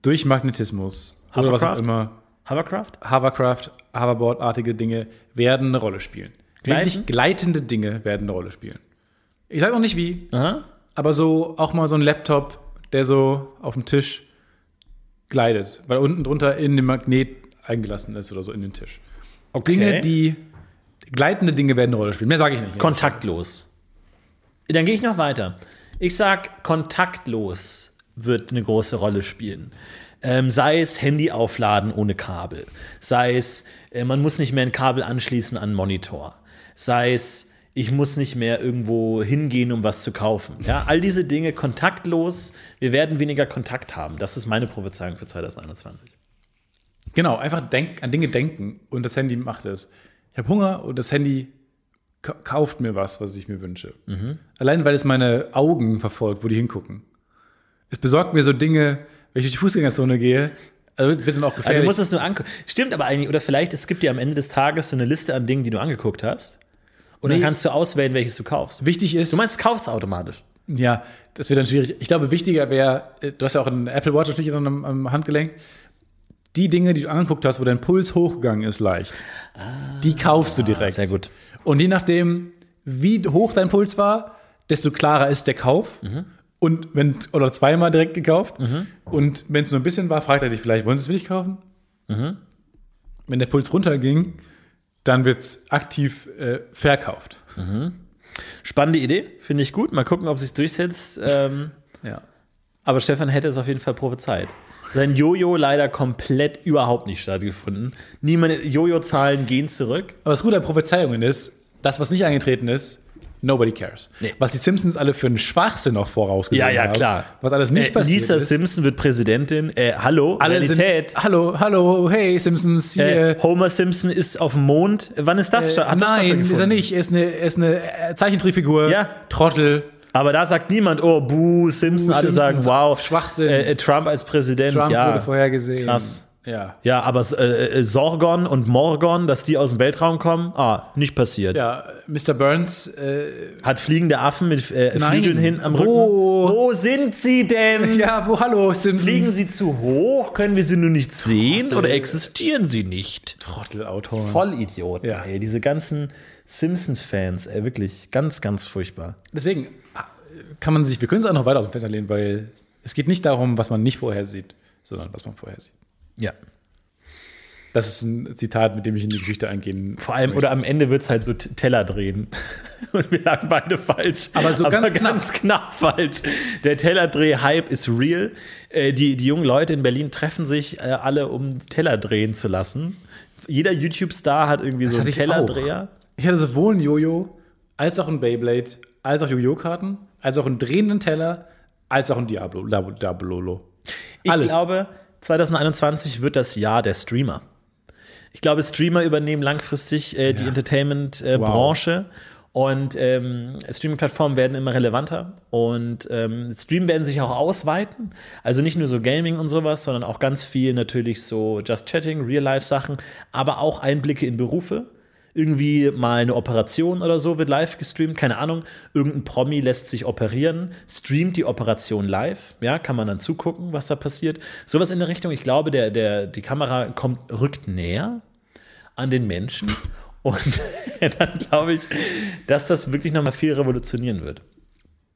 durch Magnetismus oder was auch
Hovercraft?
immer,
Hovercraft?
Hovercraft, Hoverboard-artige Dinge werden eine Rolle spielen.
Gleiten?
Wirklich gleitende Dinge werden eine Rolle spielen. Ich sage auch nicht wie,
Aha.
aber so auch mal so ein Laptop, der so auf dem Tisch gleitet, weil unten drunter in den Magnet eingelassen ist oder so in den Tisch. Dinge, die gleitende Dinge werden eine Rolle spielen. Mehr sage ich nicht.
Kontaktlos. Dann gehe ich noch weiter. Ich sag, kontaktlos wird eine große Rolle spielen. Ähm, sei es Handy aufladen ohne Kabel, sei es, äh, man muss nicht mehr ein Kabel anschließen an einen Monitor, sei es, ich muss nicht mehr irgendwo hingehen, um was zu kaufen. Ja, all diese Dinge kontaktlos, wir werden weniger Kontakt haben. Das ist meine Prophezeiung für 2021.
Genau, einfach denk, an Dinge denken und das Handy macht es. Ich habe Hunger und das Handy ka- kauft mir was, was ich mir wünsche. Allein weil es meine Augen verfolgt, wo die hingucken. Es besorgt mir so Dinge, wenn ich durch die Fußgängerzone gehe, also wird- wird dann auch
Aber du
gefährlich.
musst es nur angucken. Stimmt aber eigentlich, oder vielleicht es gibt dir am Ende des Tages so eine Liste an Dingen, die du angeguckt hast. Und dann
Nee.
kannst du auswählen, welches du kaufst.
Wichtig ist,
Du meinst, kauft es automatisch.
ja, das wird dann schwierig. Ich glaube, wichtiger wäre, äh, du hast ja auch einen Apple Watch natürlich dann am, am Handgelenk, die Dinge, die du angeguckt hast, wo dein Puls hochgegangen ist, leicht,
Ah.
die kaufst du direkt.
Sehr gut.
Und je nachdem, wie hoch dein Puls war, desto klarer ist der Kauf. Und wenn, oder zweimal direkt gekauft. Und wenn es nur ein bisschen war, fragt er dich vielleicht, wollen Sie es wirklich kaufen? wenn der Puls runterging, dann wird es aktiv äh, verkauft.
Spannende Idee, finde ich gut. Mal gucken, ob sich durchsetzt. Ähm,
Ja.
aber Stefan hätte es auf jeden Fall prophezeit. Sein Jojo leider komplett überhaupt nicht stattgefunden. Niemand, Jojo-Zahlen gehen zurück.
Aber das Gute an Prophezeiungen ist, das, was nicht eingetreten ist, nobody cares.
Nee.
Was die Simpsons alle für einen Schwachsinn noch vorausgesehen
Ja,
haben.
ja, klar.
Was alles nicht
äh,
passiert
Lisa
ist.
Simpson wird Präsidentin. Äh, hallo,
Alle sind-
Realität.
hallo, hallo, hey Simpsons, hier.
Äh, Homer Simpson ist auf dem Mond. Wann ist das, sta-
Äh,
hat das
nein,
stattgefunden?
ist er nicht. Er ist eine, er ist eine äh, Zeichentrickfigur.
Ja.
Trottel.
Aber da sagt niemand, oh, buh, Simpson.
Buh,
Alle
Simpson,
sagen, wow,
Schwachsinn.
Äh, äh, Trump als Präsident,
Trump
ja.
wurde vorhergesehen.
Krass.
Ja.
Ja, aber äh, äh, Sorgon und Morgon, dass die aus dem Weltraum kommen, ah, nicht passiert.
Ja, Mr. Burns, äh,
Hat fliegende Affen mit äh,
Nein.
Flügeln hin am
Wo?
Rücken. Wo sind sie denn?
ja, wo, hallo, Simpsons.
Fliegen sie zu hoch? Können wir sie nur nicht sehen oder existieren sie nicht?
Trottelautoren.
Vollidioten,
Ja.
ey. Diese ganzen Simpsons-Fans, ey, wirklich ganz, ganz furchtbar.
Deswegen ah, kann man sich, wir können es auch noch weiter aus dem Fenster lehnen, weil es geht nicht darum, was man nicht vorher sieht, sondern was man vorher sieht.
Ja.
Das ist ein Zitat, mit dem ich in die Geschichte eingehen
Vor allem, oder am Ende wird es halt so T- Teller drehen. Und wir lagen beide falsch.
Aber so ganz knapp.
knapp falsch. Der Tellerdreh-Hype ist real. Äh, die, die jungen Leute in Berlin treffen sich äh, alle, um Teller drehen zu lassen. Jeder YouTube-Star hat irgendwie so
hatte
einen
ich
Tellerdreher.
Ich hatte sowohl ein Jojo, als auch ein Beyblade, als auch Jojo-Karten, als auch einen drehenden Teller, als auch ein Diablo, Dab- Diabololo.
Ich
Alles.
glaube, 2021 wird das Jahr der Streamer. Ich glaube, Streamer übernehmen langfristig äh, die
Ja.
Entertainment-Branche. Und ähm, Streaming-Plattformen werden immer relevanter und ähm, Stream werden sich auch ausweiten. Also nicht nur so Gaming und sowas, sondern auch ganz viel natürlich so Just Chatting, Real-Life-Sachen, aber auch Einblicke in Berufe. Irgendwie mal eine Operation oder so wird live gestreamt, keine Ahnung. Irgendein Promi lässt sich operieren, streamt die Operation live. Ja, kann man dann zugucken, was da passiert. Sowas in der Richtung. Ich glaube, der, der, die Kamera kommt, rückt näher an den Menschen. Und dann glaube ich, dass das wirklich nochmal viel revolutionieren wird.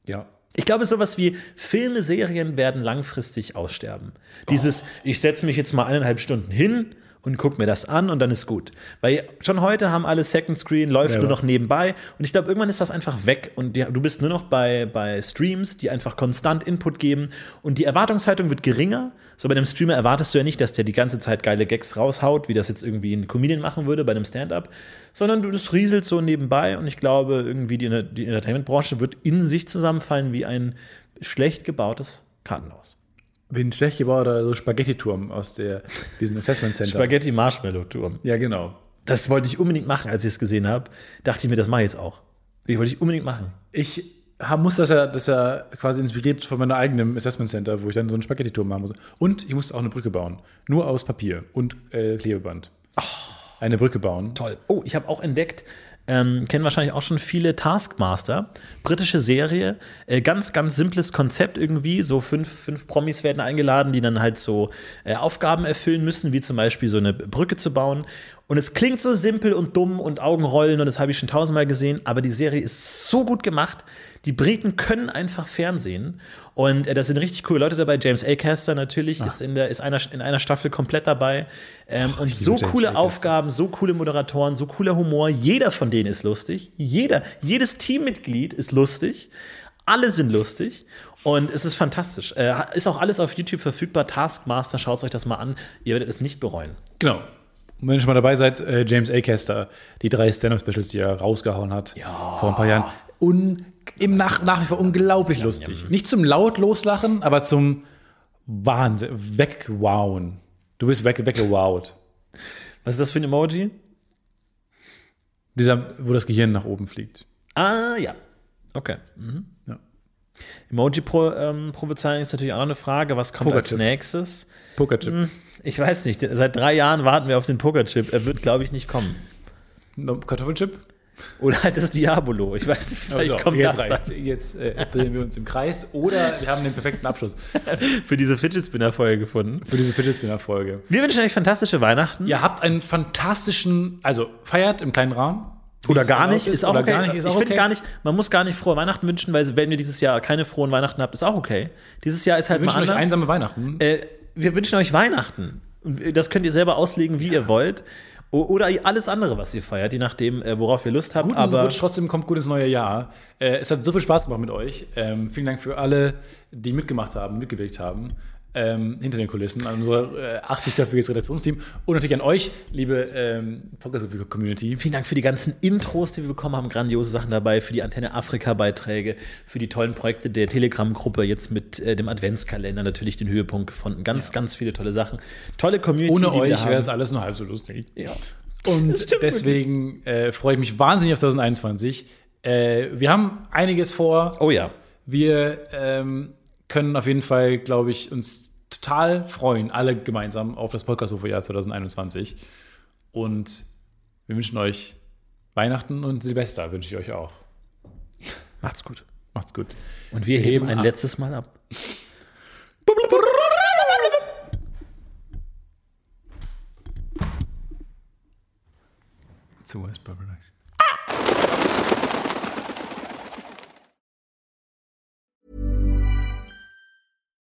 Ja.
Ich glaube, sowas wie Filme, Serien werden langfristig aussterben. Dieses, ich setze mich jetzt mal eineinhalb Stunden hin und gucke mir das an und dann ist gut. Weil schon heute haben alle Second Screen, läuft
Ja.
nur noch nebenbei. Und ich glaube, irgendwann ist das einfach weg und die, du bist nur noch bei, bei Streams, die einfach konstant Input geben. Und die Erwartungshaltung wird geringer. So bei einem Streamer erwartest du ja nicht, dass der die ganze Zeit geile Gags raushaut, wie das jetzt irgendwie ein Comedian machen würde bei einem Stand-up, sondern du das rieselt so nebenbei. Und ich glaube, irgendwie die, die Entertainment-Branche wird in sich zusammenfallen wie ein schlecht gebautes Kartenhaus.
Wie ein schlecht gebauter so Spaghetti-Turm aus der, diesem Assessment Center.
Spaghetti Marshmallow-Turm.
ja, genau.
Das wollte ich unbedingt machen, als ich es gesehen habe. Dachte ich mir, das mache ich jetzt auch. Ich wollte ich unbedingt machen.
Ich hab, muss das ja, das ja quasi inspiriert von meiner eigenen Assessment Center, wo ich dann so einen Spaghetti-Turm machen muss. Und ich musste auch eine Brücke bauen. Nur aus Papier und äh, Klebeband. Eine Brücke bauen.
Toll. Oh, ich habe auch entdeckt, ähm, kennen wahrscheinlich auch schon viele Taskmaster, britische Serie, äh, ganz, ganz simples Konzept irgendwie. So fünf, fünf Promis werden eingeladen, die dann halt so äh, Aufgaben erfüllen müssen, wie zum Beispiel so eine Brücke zu bauen. Und es klingt so simpel und dumm und Augenrollen und das habe ich schon tausendmal gesehen, aber die Serie ist so gut gemacht. Die Briten können einfach Fernsehen und äh, da sind richtig coole Leute dabei. James Acaster natürlich ist in der ist einer, in einer Staffel komplett dabei ähm, und so
liebe James
coole
Acaster.
Aufgaben. Aufgaben, so coole Moderatoren, so cooler Humor. Jeder von denen ist lustig. Jeder, jedes Teammitglied ist lustig. Alle sind lustig. Und es ist fantastisch. Äh, ist auch alles auf YouTube verfügbar. Taskmaster, schaut euch das mal an. Ihr werdet es nicht bereuen.
Genau. Und wenn ihr schon mal dabei seid, äh, James Acaster, die drei Stand-Up-Specials, die er rausgehauen hat vor ein paar Jahren. Un im nach, nach wie vor unglaublich lustig. Nicht zum laut loslachen, aber zum Wahnsinn, wegwowen. Du wirst weg, weggewowt.
Was ist das für ein Emoji?
Dieser, wo das Gehirn nach oben fliegt.
Ah, ja. Okay. Mhm.
Ja.
Emoji-Prophezeiung ähm, Prophezeiung ist natürlich auch noch eine Frage. Was kommt als
Pokerchip.
nächstes?
Pokerchip.
Mhm. Ich weiß nicht. Seit drei Jahren warten wir auf den Pokerchip. Er wird, glaube ich, nicht kommen.
No- Kartoffelchip?
Oder halt das Diabolo. Ich weiß nicht, vielleicht
Also,
kommt
jetzt
das dann.
reicht's. Jetzt äh, drehen wir uns im Kreis oder wir haben den perfekten Abschluss
für diese Fidget Spinner Folge gefunden.
für diese Fidget Spinner Folge.
Wir wünschen euch fantastische Weihnachten.
Ihr habt einen fantastischen, also feiert im kleinen Rahmen.
Oder gar nicht, ist auch
oder
okay.
gar nicht, ist auch
ich finde
okay.
gar nicht, man muss gar nicht frohe Weihnachten wünschen, weil wenn ihr dieses Jahr keine frohen Weihnachten habt, ist auch okay. Dieses Jahr ist halt
Wir
mal
wünschen euch
anders.
einsame Weihnachten.
äh, wir wünschen euch Weihnachten. Das könnt ihr selber auslegen, wie ihr wollt. O- Oder alles andere, was ihr feiert, je nachdem, äh, worauf ihr Lust habt.
Guten
aber
Rutsch, trotzdem kommt gutes neue Jahr. Äh, es hat so viel Spaß gemacht mit euch. Ähm, vielen Dank für alle, die mitgemacht haben, mitgewirkt haben. Ähm, hinter den Kulissen, an unser äh, 80-köpfiges Redaktionsteam und natürlich an euch, liebe ähm, Podcast-Community.
vielen Dank für die ganzen Intros, die wir bekommen haben. Grandiose Sachen dabei, für die Antenne Afrika-Beiträge, für die tollen Projekte der Telegram-Gruppe, jetzt mit äh, dem Adventskalender natürlich den Höhepunkt gefunden. Ganz, ganz viele tolle Sachen. Tolle Community.
Ohne
die wir
euch
haben.
wäre es alles nur halb so lustig.
Ja.
Und deswegen äh, freue ich mich wahnsinnig auf 2021. Äh, wir haben einiges vor.
Oh ja.
Wir ähm, können auf jeden Fall, glaube ich, uns total freuen, alle gemeinsam auf das Podcast-UFO-Jahr 2021. Und wir wünschen euch Weihnachten und Silvester, wünsche ich euch auch.
Macht's gut.
Macht's gut.
Und wir
heben
heben ein
ab.
letztes Mal ab.
Zu West Production.